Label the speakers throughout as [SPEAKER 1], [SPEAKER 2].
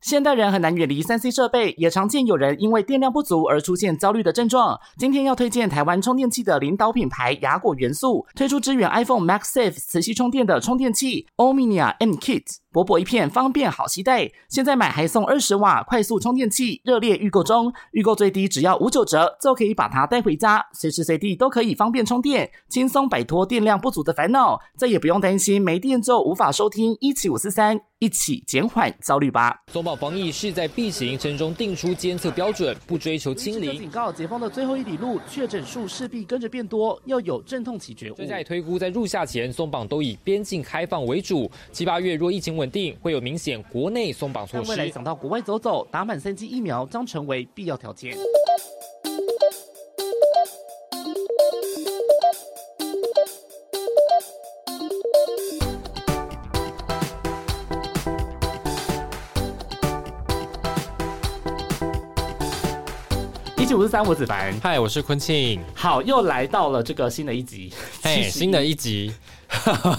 [SPEAKER 1] 现代人很难远离三 C 设备，也常见有人因为电量不足而出现焦虑的症状。今天要推荐台湾充电器的领导品牌雅果元素，推出支援 iPhone MagSafe 磁吸充电的充电器 Omnia M Kit，薄薄一片，方便好携带。现在买还送二十瓦快速充电器，热烈预购中，预购最低只要五九折，就可以把它带回家，随时随地都可以方便充电，轻松摆脱电量不足的烦恼，再也不用担心没电就无法收听一七五四三，一起减缓焦虑吧。
[SPEAKER 2] 松绑防疫势在必行，城中定出监测标准，不追求清
[SPEAKER 1] 有
[SPEAKER 2] 零
[SPEAKER 1] 警。告，解封的最后一里路，确诊数势必跟着变多，要有阵痛期觉悟。
[SPEAKER 2] 专家也推估，在入夏前松绑都以边境开放为主，七八月若疫情稳定，会有明显国内松绑措
[SPEAKER 1] 但未来
[SPEAKER 2] 施。
[SPEAKER 1] 想到国外走走，打满三剂疫苗将成为必要条件。一九五三，我子凡。
[SPEAKER 2] 嗨，我是坤庆，
[SPEAKER 1] 好，又来到了这个新的一集，
[SPEAKER 2] 嘿，
[SPEAKER 1] 71
[SPEAKER 2] 新的一集，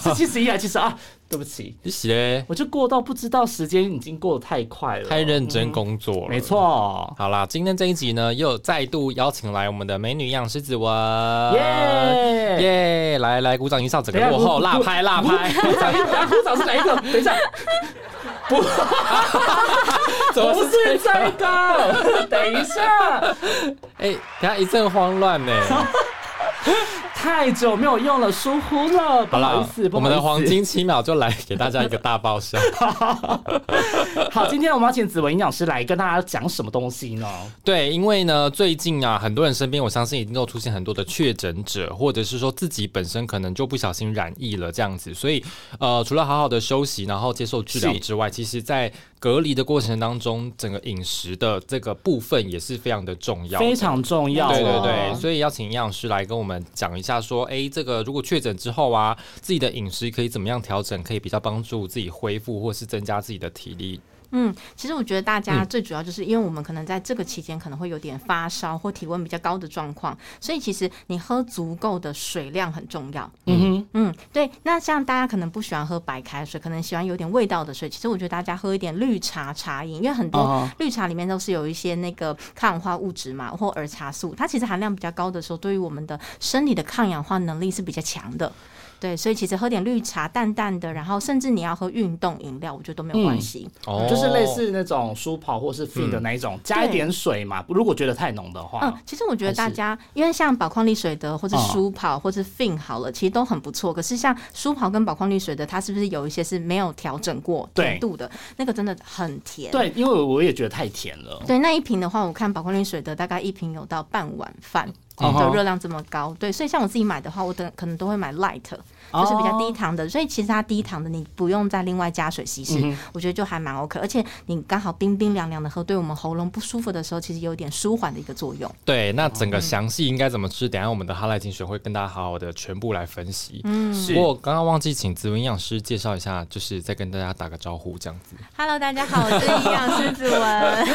[SPEAKER 1] 是七十一啊，七十二。对不起，
[SPEAKER 2] 一起嘞，
[SPEAKER 1] 我就过到不知道时间已经过得太快了，
[SPEAKER 2] 太认真工作了，
[SPEAKER 1] 没。错。
[SPEAKER 2] 好啦，今天这一集呢，又再度邀请来我们的美女养师子文，
[SPEAKER 1] 耶
[SPEAKER 2] 耶！来来，鼓掌一下，整个
[SPEAKER 1] 等一下
[SPEAKER 2] 落后，
[SPEAKER 1] 鼓
[SPEAKER 2] 辣拍辣拍，
[SPEAKER 1] 鼓掌一下，鼓掌是哪一个？等一下，不，
[SPEAKER 2] 怎么
[SPEAKER 1] 不
[SPEAKER 2] 是这
[SPEAKER 1] 是
[SPEAKER 2] 个
[SPEAKER 1] 这个，等一下，
[SPEAKER 2] 哎、等一下一阵慌乱 呢、
[SPEAKER 1] 太久没有用了，疏忽了，不
[SPEAKER 2] 好
[SPEAKER 1] 好意
[SPEAKER 2] 啦
[SPEAKER 1] 思，，不
[SPEAKER 2] 我
[SPEAKER 1] 好
[SPEAKER 2] 们
[SPEAKER 1] 意思
[SPEAKER 2] 的黄。金七秒就来给大家一个大爆 笑。
[SPEAKER 1] 好，今天我们要请紫文营养师来跟大家讲什么东西呢？
[SPEAKER 2] 对，因为呢，最近啊，很多人身边，我相信一定都出现很多的确诊者，或者是说自己本身可能就不小心染疫了这样子。所以，呃，除了好好的休息，然后接受治疗
[SPEAKER 1] 是
[SPEAKER 2] 之外，其实在隔离的过程当中，整个饮食的这个部分也是非常的重要的。
[SPEAKER 1] 非常重要，
[SPEAKER 2] 对对
[SPEAKER 3] 哦
[SPEAKER 2] 对，所以邀请营养师来跟我们讲一下，说，哎，这个如果确诊之后啊，自己的饮食可以怎么样调整，可以比较帮助自己恢复，或是增加自己的体力。
[SPEAKER 3] 嗯，其实我觉得大家最主要就是，因为我们可能在这个期间可能会有点发烧或体温比较高的状况，所以其实你喝足够的水量很重要。
[SPEAKER 1] 嗯哼，
[SPEAKER 3] 嗯，对。那像大家可能不喜欢喝白开水，可能喜欢有点味道的水，其实我觉得大家喝一点绿茶茶饮，因为很
[SPEAKER 1] 哦
[SPEAKER 3] 多绿茶里面都是有一些那个抗氧化物质嘛，或儿茶素，它其实含量比较高的时候，对于我们的生理的抗氧化能力是比较强的。对，所以其实喝点绿茶，淡淡的，然后甚至你要喝运动饮料，我觉得都没有关系。
[SPEAKER 2] 哦嗯
[SPEAKER 1] 就是类似那种舒跑或是 fit 的那一种，加一点水嘛。如果觉得太浓的
[SPEAKER 3] 嗯
[SPEAKER 1] 话，，
[SPEAKER 3] 其实我觉
[SPEAKER 1] 还
[SPEAKER 3] 得大
[SPEAKER 1] 是
[SPEAKER 3] 家因为像宝矿力水的，或是
[SPEAKER 1] 哦
[SPEAKER 3] 舒跑，或是 fin 好了，其实都很不错。可是像舒跑跟宝矿力水的，它是不是有一些是没有调整过
[SPEAKER 1] 对
[SPEAKER 3] 甜度的？那个真的很甜。
[SPEAKER 1] 对，因为我也觉得太甜了。
[SPEAKER 3] 对那一瓶的话，我看宝矿力水的大概一瓶有到半碗饭
[SPEAKER 1] 嗯哼
[SPEAKER 3] 的热量这么高。对，所以像我自己买的话，我等可能都会买 light，
[SPEAKER 1] 哦
[SPEAKER 3] 就是比较低糖的。所以其实它低糖的，你不用再另外加水稀释，
[SPEAKER 1] 嗯
[SPEAKER 3] 我觉得就还蛮 OK。而且你刚好冰冰凉凉的喝，对我们喉咙不舒服的时候，其实有点舒缓的一个作用。
[SPEAKER 2] 对，那整
[SPEAKER 1] 嗯
[SPEAKER 2] 个详细应该怎么吃？等一下我们的哈赖精选会跟大家好好的全部来分析。嗯，
[SPEAKER 1] 是
[SPEAKER 2] 不过我刚刚忘记请紫文营养师介绍一下，就是再跟大家打个招呼这样子。
[SPEAKER 3] Hello，大家好，我是营养师子文。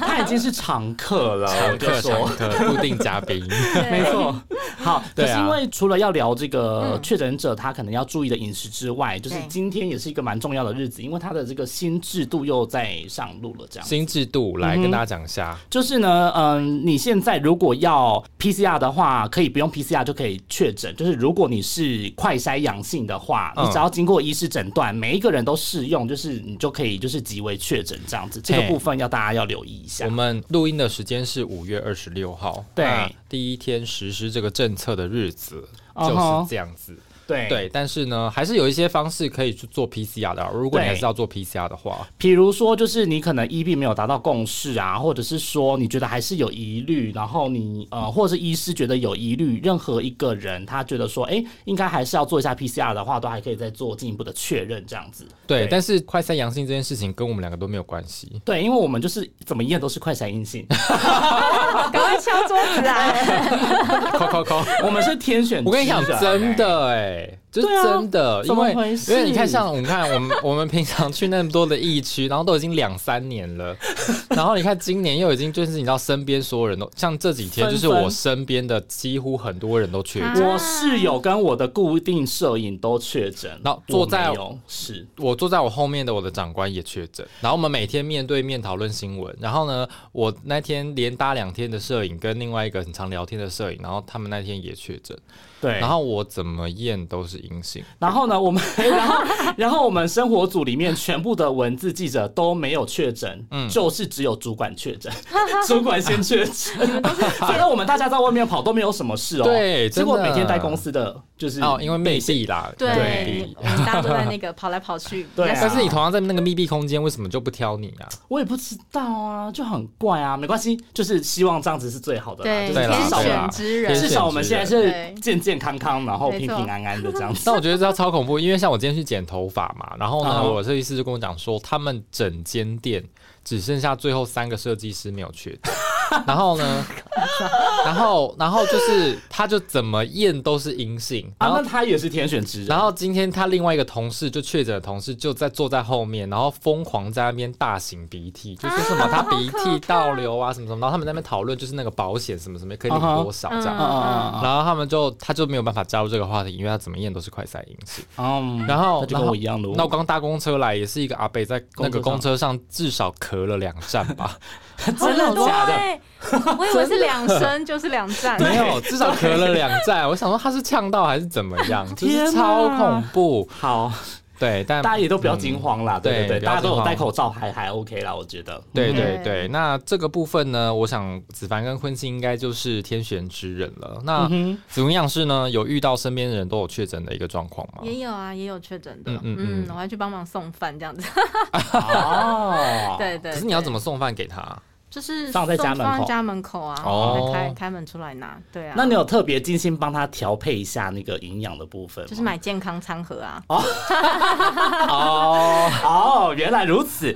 [SPEAKER 1] 他已经是常客了，我就
[SPEAKER 2] 客常
[SPEAKER 1] 说。
[SPEAKER 2] 客固定嘉宾，
[SPEAKER 1] 没错，好，
[SPEAKER 2] 对
[SPEAKER 1] 可
[SPEAKER 2] 啊
[SPEAKER 1] 是因为除了要聊这个确诊者他可能要注意的饮食之外，就是
[SPEAKER 3] 嗯对
[SPEAKER 1] 今天也是一个蛮重要的日子，因为他的这个新制度又在上路了，这样。
[SPEAKER 2] 新制度来跟大家讲一下。
[SPEAKER 1] 就是呢，嗯，你现在如果要 PCR 的话，可以不用 PCR 就可以确诊。就是如果你是快筛阳性的话，
[SPEAKER 2] 嗯
[SPEAKER 1] 你只要经过医师诊断，每一个人都适用，就是你就可以就是即为确诊这样子。这个
[SPEAKER 2] 嘿
[SPEAKER 1] 部分要大家要留意一下
[SPEAKER 2] 我。们录音的时间是五月二十六号，
[SPEAKER 1] 对
[SPEAKER 2] 那第一天实施这个政策的日子
[SPEAKER 1] 嗯
[SPEAKER 2] 就
[SPEAKER 1] 哼
[SPEAKER 2] 是这样子。
[SPEAKER 1] 对
[SPEAKER 2] 对，但是呢，还是有一些方式可以去做 PCR 的啊。如果你
[SPEAKER 1] 对
[SPEAKER 2] 还是要做 PCR 的话，
[SPEAKER 1] 比如说，就是你可能医病没有达到共识啊，或者是说你觉得还是有疑虑，然后你呃，或者是医师觉得有疑虑，任何一个人他觉得说，哎、应该还是要做一下 PCR 的话，都还可以再做进一步的确认，这样子。
[SPEAKER 2] 对，
[SPEAKER 1] 对
[SPEAKER 2] 但是快筛阳性这件事情跟我们两个都没有关系。
[SPEAKER 1] 对，因为我们就是怎么验都是快筛阴性，
[SPEAKER 3] 赶快敲桌子啊！
[SPEAKER 2] 扣扣扣！
[SPEAKER 1] 我们是天选之人。
[SPEAKER 2] 我跟你讲，真
[SPEAKER 1] 哎，
[SPEAKER 2] 的哎、这是
[SPEAKER 1] 对啊
[SPEAKER 2] 真的，因
[SPEAKER 1] 怎么
[SPEAKER 2] 为
[SPEAKER 1] 回
[SPEAKER 2] 因为你看，
[SPEAKER 1] 事
[SPEAKER 2] 像我们看我们我们平常去那么多的疫区，然后都已经两三年了， 然后你看今年又已经就是你知道身边所有人都像这几天，
[SPEAKER 1] 纷
[SPEAKER 2] 就是
[SPEAKER 1] 纷
[SPEAKER 2] 我身边的几乎很多人都确诊
[SPEAKER 3] 啊。
[SPEAKER 1] 我室友跟我的固定摄影都确诊，
[SPEAKER 2] 那坐在
[SPEAKER 1] 我没有是
[SPEAKER 2] 我坐在我后面的我的长官也确诊，然后我们每天面对面讨论新闻。然后呢，我那天连搭两天的摄影，跟另外一个很常聊天的摄影，然后他们那天也确诊，
[SPEAKER 1] 对，
[SPEAKER 2] 然后我怎么验都是阴性。
[SPEAKER 1] 然后呢，我们然后然后我们生活组里面全部的文字记者都没有确诊，
[SPEAKER 2] 嗯
[SPEAKER 1] 就是只有主管确 诊，主管先确诊，所以我们大家在外面跑都没有什么事哦，
[SPEAKER 2] 对
[SPEAKER 1] 结果
[SPEAKER 2] 真的
[SPEAKER 1] 每天待公司的就是
[SPEAKER 2] 哦，因为密闭啦，
[SPEAKER 1] 啊
[SPEAKER 3] 对，
[SPEAKER 2] 密
[SPEAKER 3] 我们大家都在那个跑来跑去，
[SPEAKER 1] 对啊
[SPEAKER 2] 但是你同样在那个密闭空间，为什么就不挑你啊？
[SPEAKER 1] 我也不知道啊，就很怪啊，没关系，就是希望这样子是最好的啦，
[SPEAKER 3] 对
[SPEAKER 1] 就
[SPEAKER 2] 对
[SPEAKER 1] 是
[SPEAKER 2] 啦
[SPEAKER 1] 至
[SPEAKER 3] 天
[SPEAKER 1] 少
[SPEAKER 2] 对啦
[SPEAKER 3] 选之
[SPEAKER 2] 天
[SPEAKER 3] 人
[SPEAKER 2] 选
[SPEAKER 1] 至少我们现在
[SPEAKER 3] 对
[SPEAKER 1] 是健健康康，然后
[SPEAKER 3] 没
[SPEAKER 1] 平
[SPEAKER 3] 错
[SPEAKER 1] 平安安的 这样子。
[SPEAKER 2] 但我觉得这样超恐怖，因为像我今天去剪头发嘛，然后呢，
[SPEAKER 1] 嗯
[SPEAKER 2] 我设计师就跟我讲说，他们整间店只剩下最后三个设计师没有确诊，然后 呢，然后然后就是他就怎么验都是阴性，然
[SPEAKER 1] 啊，
[SPEAKER 2] 后
[SPEAKER 1] 那他也是天选之人，
[SPEAKER 2] 然后今天他另外一个同事就确诊的同事就在坐在后面，然后疯狂在那边大擤鼻涕，
[SPEAKER 1] 啊
[SPEAKER 2] 就说什么他鼻涕倒流啊什么什么，然后他们在那边讨论就是那个保险什么什么可以领多少这样。
[SPEAKER 1] 嗯嗯
[SPEAKER 2] 然后他们就他就没有办法加入这个话题，因为他怎么验都是快筛阴性。
[SPEAKER 1] 嗯，
[SPEAKER 2] 然后
[SPEAKER 1] 那就跟我一样哦喽
[SPEAKER 2] 那我刚搭公车来，也是一个阿北在那个公
[SPEAKER 1] 公
[SPEAKER 2] 车上至少咳了两站 吧，
[SPEAKER 1] 真的假 的？
[SPEAKER 3] 的？哦我以为是两升就是两站，
[SPEAKER 2] 没有，至少咳了两站。我想说他是呛到还是怎么 样，就是
[SPEAKER 1] 天
[SPEAKER 2] 超
[SPEAKER 1] 哪
[SPEAKER 2] 恐怖。
[SPEAKER 1] 好，
[SPEAKER 2] 对，但
[SPEAKER 1] 大家也都不要惊慌啦，对
[SPEAKER 2] 嗯对
[SPEAKER 1] 对
[SPEAKER 2] 不
[SPEAKER 1] 对，
[SPEAKER 2] 要
[SPEAKER 1] 大家都
[SPEAKER 2] 惊
[SPEAKER 1] 有
[SPEAKER 2] 慌
[SPEAKER 1] 戴口罩，还还 OK 啦，我觉得。
[SPEAKER 2] 对
[SPEAKER 1] 嗯
[SPEAKER 2] 对
[SPEAKER 3] 嗯
[SPEAKER 2] 对，那这个部分呢，我想子凡跟坤熙应该就是天选之人了。那
[SPEAKER 1] 嗯
[SPEAKER 2] 子文样师呢，有遇到身边的人都有确诊的一个状况吗？
[SPEAKER 3] 也有啊，也有确诊的
[SPEAKER 2] 嗯，嗯嗯
[SPEAKER 3] 嗯，我还去帮忙送饭这样子，，
[SPEAKER 1] 哦
[SPEAKER 3] 对啊对。
[SPEAKER 2] 可是你要
[SPEAKER 3] 对
[SPEAKER 2] 怎么送饭给他？啊
[SPEAKER 3] 就是
[SPEAKER 1] 放在家门口
[SPEAKER 3] 放在家门口啊，
[SPEAKER 2] 哦
[SPEAKER 3] 哦、开开门出来拿，对啊。
[SPEAKER 1] 那你有特别精心帮他调配一下那个营养的部分吗？
[SPEAKER 3] 就是买健康餐盒啊，
[SPEAKER 2] 哦，
[SPEAKER 1] 哦，原来 如此。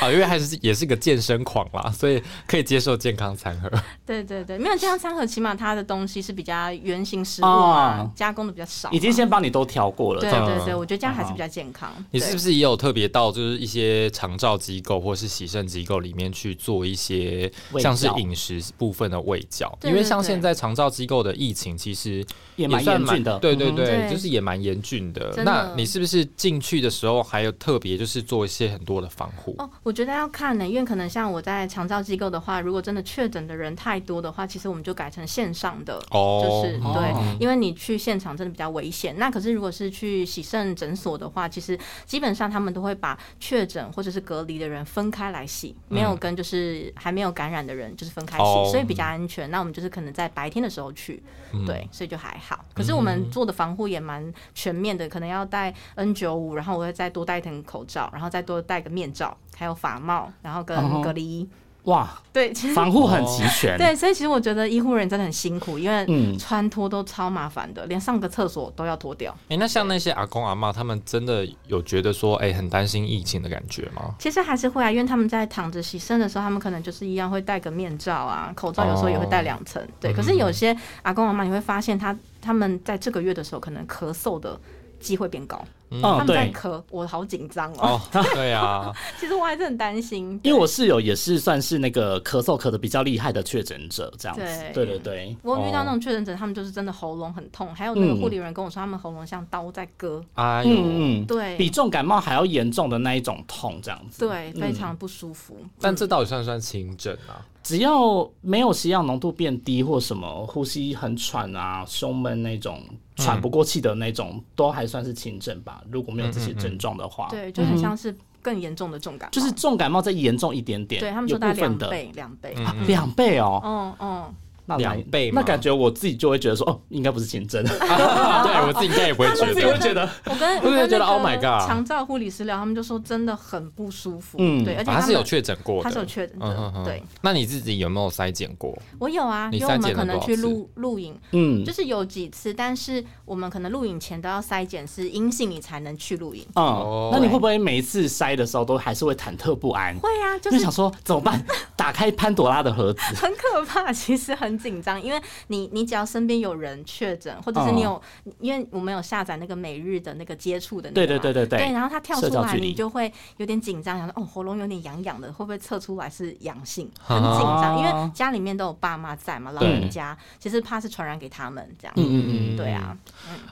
[SPEAKER 2] 啊，因为还是也是个健身狂啦，所以可以接受健康餐盒。
[SPEAKER 3] 对对对，没有健康餐盒，起码它的东西是比较原型食物嘛，
[SPEAKER 1] 哦
[SPEAKER 3] 加工的比较少嘛，
[SPEAKER 1] 已经先嗯帮你都调过了，
[SPEAKER 3] 对
[SPEAKER 1] 这样
[SPEAKER 3] 对对，我觉得这样还是比较健康。
[SPEAKER 2] 你是不
[SPEAKER 3] 是
[SPEAKER 2] 是也有特别到就是一些长照机构或是洗肾机构里面去做一些
[SPEAKER 1] 喂
[SPEAKER 2] 像是
[SPEAKER 1] 教
[SPEAKER 2] 饮食部分的喂教？
[SPEAKER 3] 对
[SPEAKER 2] 因为
[SPEAKER 3] 对
[SPEAKER 2] 像
[SPEAKER 3] 对
[SPEAKER 2] 现在长照机构的疫情其实
[SPEAKER 1] 也蛮
[SPEAKER 2] 算
[SPEAKER 1] 严峻的。
[SPEAKER 2] 对对
[SPEAKER 1] 嗯
[SPEAKER 2] 对，
[SPEAKER 3] 对
[SPEAKER 2] 就是也蛮严峻的。
[SPEAKER 3] 真的
[SPEAKER 2] 那你是不是进去的时候还有特别就是做一些很多的防护？
[SPEAKER 3] 哦，我觉得要看呢、因为可能像我在长照机构的话，如果真的确诊的人太多的话，其实我们就改成线上的。
[SPEAKER 2] 哦
[SPEAKER 3] 就是
[SPEAKER 1] 哦
[SPEAKER 3] 对，因为你去现场真的比较危险。那可是如果是去洗肾诊所的话，其实基本上他们都会把确诊或者是隔离的人分开来洗，没有跟就是还没有感染的人就是分开洗，
[SPEAKER 2] 嗯哦
[SPEAKER 3] 所以比较安全。那我们就是可能在白天的时候去，
[SPEAKER 2] 嗯
[SPEAKER 3] 对，所以就还好。可是我们做的防护也蛮全面的，可能要戴 N 9 5然后我会再多戴一层口罩，然后再多戴个面罩，还有法帽，然后
[SPEAKER 1] 嗯
[SPEAKER 3] 跟
[SPEAKER 1] 哼
[SPEAKER 3] 隔离衣。
[SPEAKER 1] 哇，
[SPEAKER 3] 对，其实
[SPEAKER 1] 防护很齐全。
[SPEAKER 3] 对，所以其实我觉得医护人真的很辛苦，因为
[SPEAKER 1] 嗯
[SPEAKER 3] 穿脱都超麻烦的，连上个厕所都要脱掉。
[SPEAKER 2] 哎、那像那些阿公阿妈，他们真的有觉得说，哎、很担心疫情的感觉吗？
[SPEAKER 3] 其实还是会啊，因为他们在躺着洗身的时候，他们可能就是一样会戴个面罩啊，口罩有时候也会戴两层。对，可是有些阿公阿妈，你会发现他他们在这个月的时候，可能咳嗽的机会变高。他
[SPEAKER 1] 嗯，
[SPEAKER 3] 们在
[SPEAKER 1] 对，
[SPEAKER 3] 咳，我好紧张哦。
[SPEAKER 2] 哦，对 啊，
[SPEAKER 3] 其实我还是很担心，
[SPEAKER 1] 因为
[SPEAKER 3] 对
[SPEAKER 1] 我室友也是算是那个咳嗽咳的比较厉害的确诊者，这样子。
[SPEAKER 3] 对
[SPEAKER 1] 对对对，
[SPEAKER 3] 我有遇
[SPEAKER 2] 哦
[SPEAKER 3] 到那种确诊者，他们就是真的喉咙很痛，还有那个
[SPEAKER 1] 嗯
[SPEAKER 3] 护理人跟我说，他们喉咙像刀在割。
[SPEAKER 2] 哎呦。
[SPEAKER 1] 嗯嗯，
[SPEAKER 3] 对
[SPEAKER 1] 比重感冒还要严重的那一种痛，这样子。
[SPEAKER 3] 对，非常不舒服。
[SPEAKER 2] 嗯但这到底算不算轻症 啊？
[SPEAKER 1] 只要没有吸氧浓度变低或什么呼吸很喘啊、胸闷那种、喘
[SPEAKER 3] 嗯
[SPEAKER 1] 不过气的那种，都还算是轻症吧。如果没有这
[SPEAKER 3] 嗯
[SPEAKER 1] 些症状的话，
[SPEAKER 2] 嗯
[SPEAKER 3] 对，就很像是更严重的重感冒，
[SPEAKER 1] 就是重感冒再严重一点点，
[SPEAKER 3] 对他们
[SPEAKER 1] 有
[SPEAKER 3] 说大
[SPEAKER 1] 部
[SPEAKER 3] 概两
[SPEAKER 1] 分的
[SPEAKER 3] 倍，两倍。
[SPEAKER 2] 嗯
[SPEAKER 1] 啊两倍哦，
[SPEAKER 3] 哦哦，
[SPEAKER 1] 那
[SPEAKER 2] 两倍吗
[SPEAKER 1] 那感觉我自己就会觉得说，哦，应该不是轻 症，我
[SPEAKER 2] 啊对我自己应该也不会觉
[SPEAKER 1] 自己会
[SPEAKER 2] 得。
[SPEAKER 1] 觉得
[SPEAKER 3] 我 跟
[SPEAKER 2] 我
[SPEAKER 3] 我
[SPEAKER 2] 也
[SPEAKER 3] 跟
[SPEAKER 2] 觉得
[SPEAKER 3] 那个
[SPEAKER 2] Oh my God
[SPEAKER 3] 长照护理师聊，他们就说真的很不舒服。
[SPEAKER 1] 嗯
[SPEAKER 3] 对，而且
[SPEAKER 2] 啊他是
[SPEAKER 3] 们
[SPEAKER 2] 有确诊过的，
[SPEAKER 3] 他是有确诊
[SPEAKER 2] 嗯哼
[SPEAKER 3] 的
[SPEAKER 2] 哼，
[SPEAKER 3] 对
[SPEAKER 2] 那你自己有没有筛检过？
[SPEAKER 3] 我有啊，
[SPEAKER 2] 你
[SPEAKER 3] 因为
[SPEAKER 2] 筛
[SPEAKER 3] 我
[SPEAKER 2] 检了
[SPEAKER 3] 们可能
[SPEAKER 2] 多少
[SPEAKER 3] 去
[SPEAKER 2] 次
[SPEAKER 3] 录录影，
[SPEAKER 1] 嗯
[SPEAKER 3] 就是有几次，但是我们可能录影前都要筛检是阴性，你才能去录影。
[SPEAKER 1] 嗯，那你会不会每一次筛的时候都还是会忐忑不安？
[SPEAKER 3] 会啊，就
[SPEAKER 1] 因为
[SPEAKER 3] 是
[SPEAKER 1] 想说怎么办？打开潘朵拉的盒子，
[SPEAKER 3] 很可怕，其实很 紧张，因为你你只要身边有人确诊，或者是你有，因为我们有下载那个每日的那个接触的那个
[SPEAKER 1] 对
[SPEAKER 3] 嘛，
[SPEAKER 1] 对对对对
[SPEAKER 3] 然后它跳
[SPEAKER 1] 社
[SPEAKER 3] 出
[SPEAKER 1] 交
[SPEAKER 3] 来，
[SPEAKER 1] 距离
[SPEAKER 3] 你就会有点紧张，想说哦喉咙有点痒痒的，会不会测出来是阳性？
[SPEAKER 2] 啊
[SPEAKER 3] 很紧张，因
[SPEAKER 1] 哦
[SPEAKER 3] 为家里面都有爸妈在嘛，老
[SPEAKER 2] 对
[SPEAKER 3] 人家其实怕是传染给他们这样。
[SPEAKER 1] 嗯嗯嗯，
[SPEAKER 3] 对啊，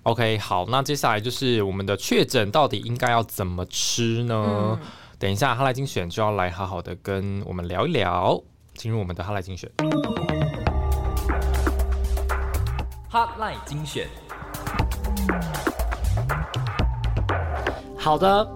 [SPEAKER 2] OK，好，那接下来就是我们的确诊到底应该要怎么吃呢？
[SPEAKER 3] 嗯
[SPEAKER 2] 等一下哈莱精选就要来好好的跟我们聊一聊，进入我们的哈莱精选。
[SPEAKER 4] Hotline 精选，
[SPEAKER 1] 好的。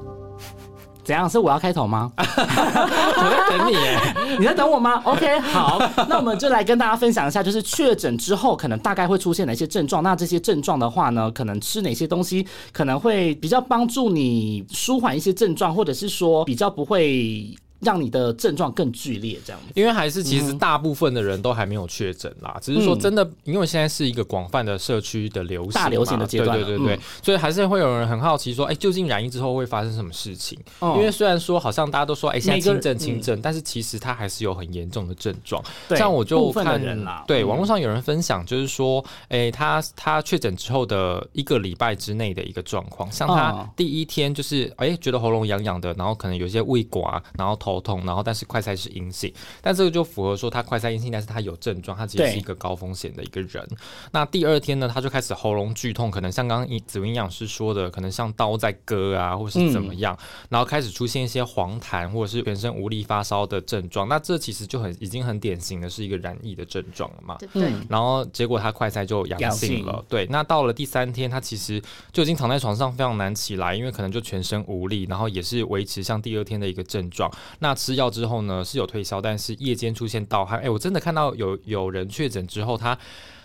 [SPEAKER 1] 怎样？是我要开 头吗？
[SPEAKER 2] 我在 等你耶，
[SPEAKER 1] 你在等我吗？OK，好，那我们就来跟大家分享一下，就是确诊之后可能大概会出现哪些症状。那这些症状的话呢，可能吃哪些东西可能会比较帮助你舒缓一些症状，或者是说比较不会让你的症状更剧烈这样子。
[SPEAKER 2] 因为还是其
[SPEAKER 1] 嗯
[SPEAKER 2] 实大部分的人都还没有确诊啦，只是说真的，因为现在是一个广泛的社区的流行嘛，
[SPEAKER 1] 大流行的阶段
[SPEAKER 2] 对对对对，
[SPEAKER 1] 嗯
[SPEAKER 2] 所以还是会有人很好奇说，哎、究竟染疫之后会发生什么事情？
[SPEAKER 1] 嗯
[SPEAKER 2] 因为虽然说好像大家都说，哎、现在
[SPEAKER 1] 每个
[SPEAKER 2] 轻
[SPEAKER 1] 人嗯
[SPEAKER 2] 症轻症，但是其实它还是有很严重的症状。
[SPEAKER 1] 对
[SPEAKER 2] 像我就
[SPEAKER 1] 部分的
[SPEAKER 2] 看
[SPEAKER 1] 人啦
[SPEAKER 2] 对
[SPEAKER 1] 嗯
[SPEAKER 2] 网络上有人分享，就是说，哎、他他确诊之后的一个礼拜之内的一个状况，像他
[SPEAKER 1] 哦
[SPEAKER 2] 第一天就是哎、觉得喉咙痒痒的，然后可能有一些胃寡，然后头痛，然后但是快筛是阴性，但这个就符合说他快筛阴性，但是他有症状，他其实
[SPEAKER 1] 对
[SPEAKER 2] 是一个高风险的一个人。那第二天呢，他就开始喉咙剧痛，可能像刚刚紫云营养师说的，可能像刀在割啊，或
[SPEAKER 1] 嗯
[SPEAKER 2] 是怎么样，然后开始出现一些黄痰或者是全身无力发烧的症状。那这其实就很已经很典型的是一个染疫的症状了嘛。
[SPEAKER 3] 对对，
[SPEAKER 2] 然后结果他快筛就阳性
[SPEAKER 1] 阳
[SPEAKER 2] 了
[SPEAKER 1] 性，
[SPEAKER 2] 对。那到了第三天，他其实就已经躺在床上非常难起来，因为可能就全身无力，然后也是维持像第二天的一个症状。那吃药之后呢，是有退烧，但是夜间出现盗汗。
[SPEAKER 3] 嗯
[SPEAKER 2] 哎，我真的看到有有人确诊之后，他。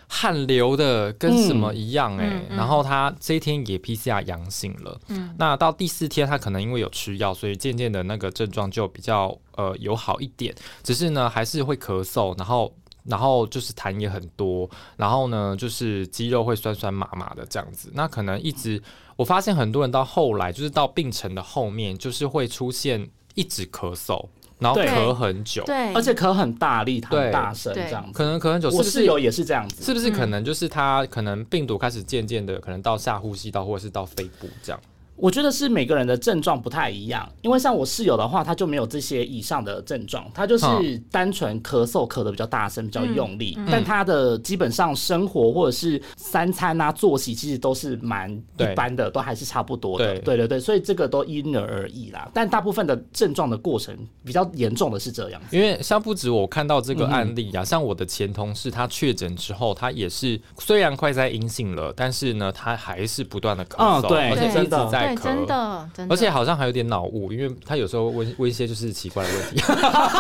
[SPEAKER 2] 汗流的跟什么一样哎、
[SPEAKER 3] 嗯嗯嗯
[SPEAKER 2] 然后他这一天也 PCR 阳性了，
[SPEAKER 3] 嗯
[SPEAKER 2] 那到第四天他可能因为有吃药，所以渐渐的那个症状就比较呃有好一点，只是呢还是会咳嗽，然后然后就是痰也很多，然后呢就是肌肉会酸酸麻麻的这样子。那可能一直我发现很多人到后来就是到病程的后面，就是会出现一直咳嗽，然后
[SPEAKER 1] 对
[SPEAKER 2] 咳很久，
[SPEAKER 3] 对，
[SPEAKER 1] 而且咳很大力，他很
[SPEAKER 2] 对
[SPEAKER 1] 大声这
[SPEAKER 3] 对
[SPEAKER 1] 样子。
[SPEAKER 2] 可能咳很久，是
[SPEAKER 1] 我
[SPEAKER 2] 不
[SPEAKER 1] 室
[SPEAKER 2] 是？
[SPEAKER 1] 友也是这样子，
[SPEAKER 2] 是不是可能就是他可能病毒开始渐渐的可能到下呼吸道或者是到肺部这样？
[SPEAKER 1] 我觉得是每个人的症状不太一样，因为像我室友的话，他就没有这些以上的症状，他就是
[SPEAKER 2] 嗯
[SPEAKER 1] 单纯咳嗽咳的比较大声、比较用力，但他的基本上生活或者是三餐啊、作息其实都是蛮一
[SPEAKER 2] 对
[SPEAKER 1] 般的，都还是差不多的。
[SPEAKER 2] 对
[SPEAKER 1] 对对对，所以这个都因人而异啦。但大部分的症状的过程比较严重的是这样。
[SPEAKER 2] 因为像不止我看到这
[SPEAKER 3] 嗯
[SPEAKER 2] 个案例啊，像我的前同事他确诊之后，他也是虽然快筛阴性了，但是呢，他还是不断的咳
[SPEAKER 1] 嗯
[SPEAKER 2] 嗽，
[SPEAKER 1] 对
[SPEAKER 2] 而且
[SPEAKER 3] 哦对
[SPEAKER 2] 一直在
[SPEAKER 3] 对，
[SPEAKER 2] 咳，
[SPEAKER 3] 真的真的，
[SPEAKER 2] 而且好像还有点脑雾，因为他有时候问问一些就是奇怪的问题。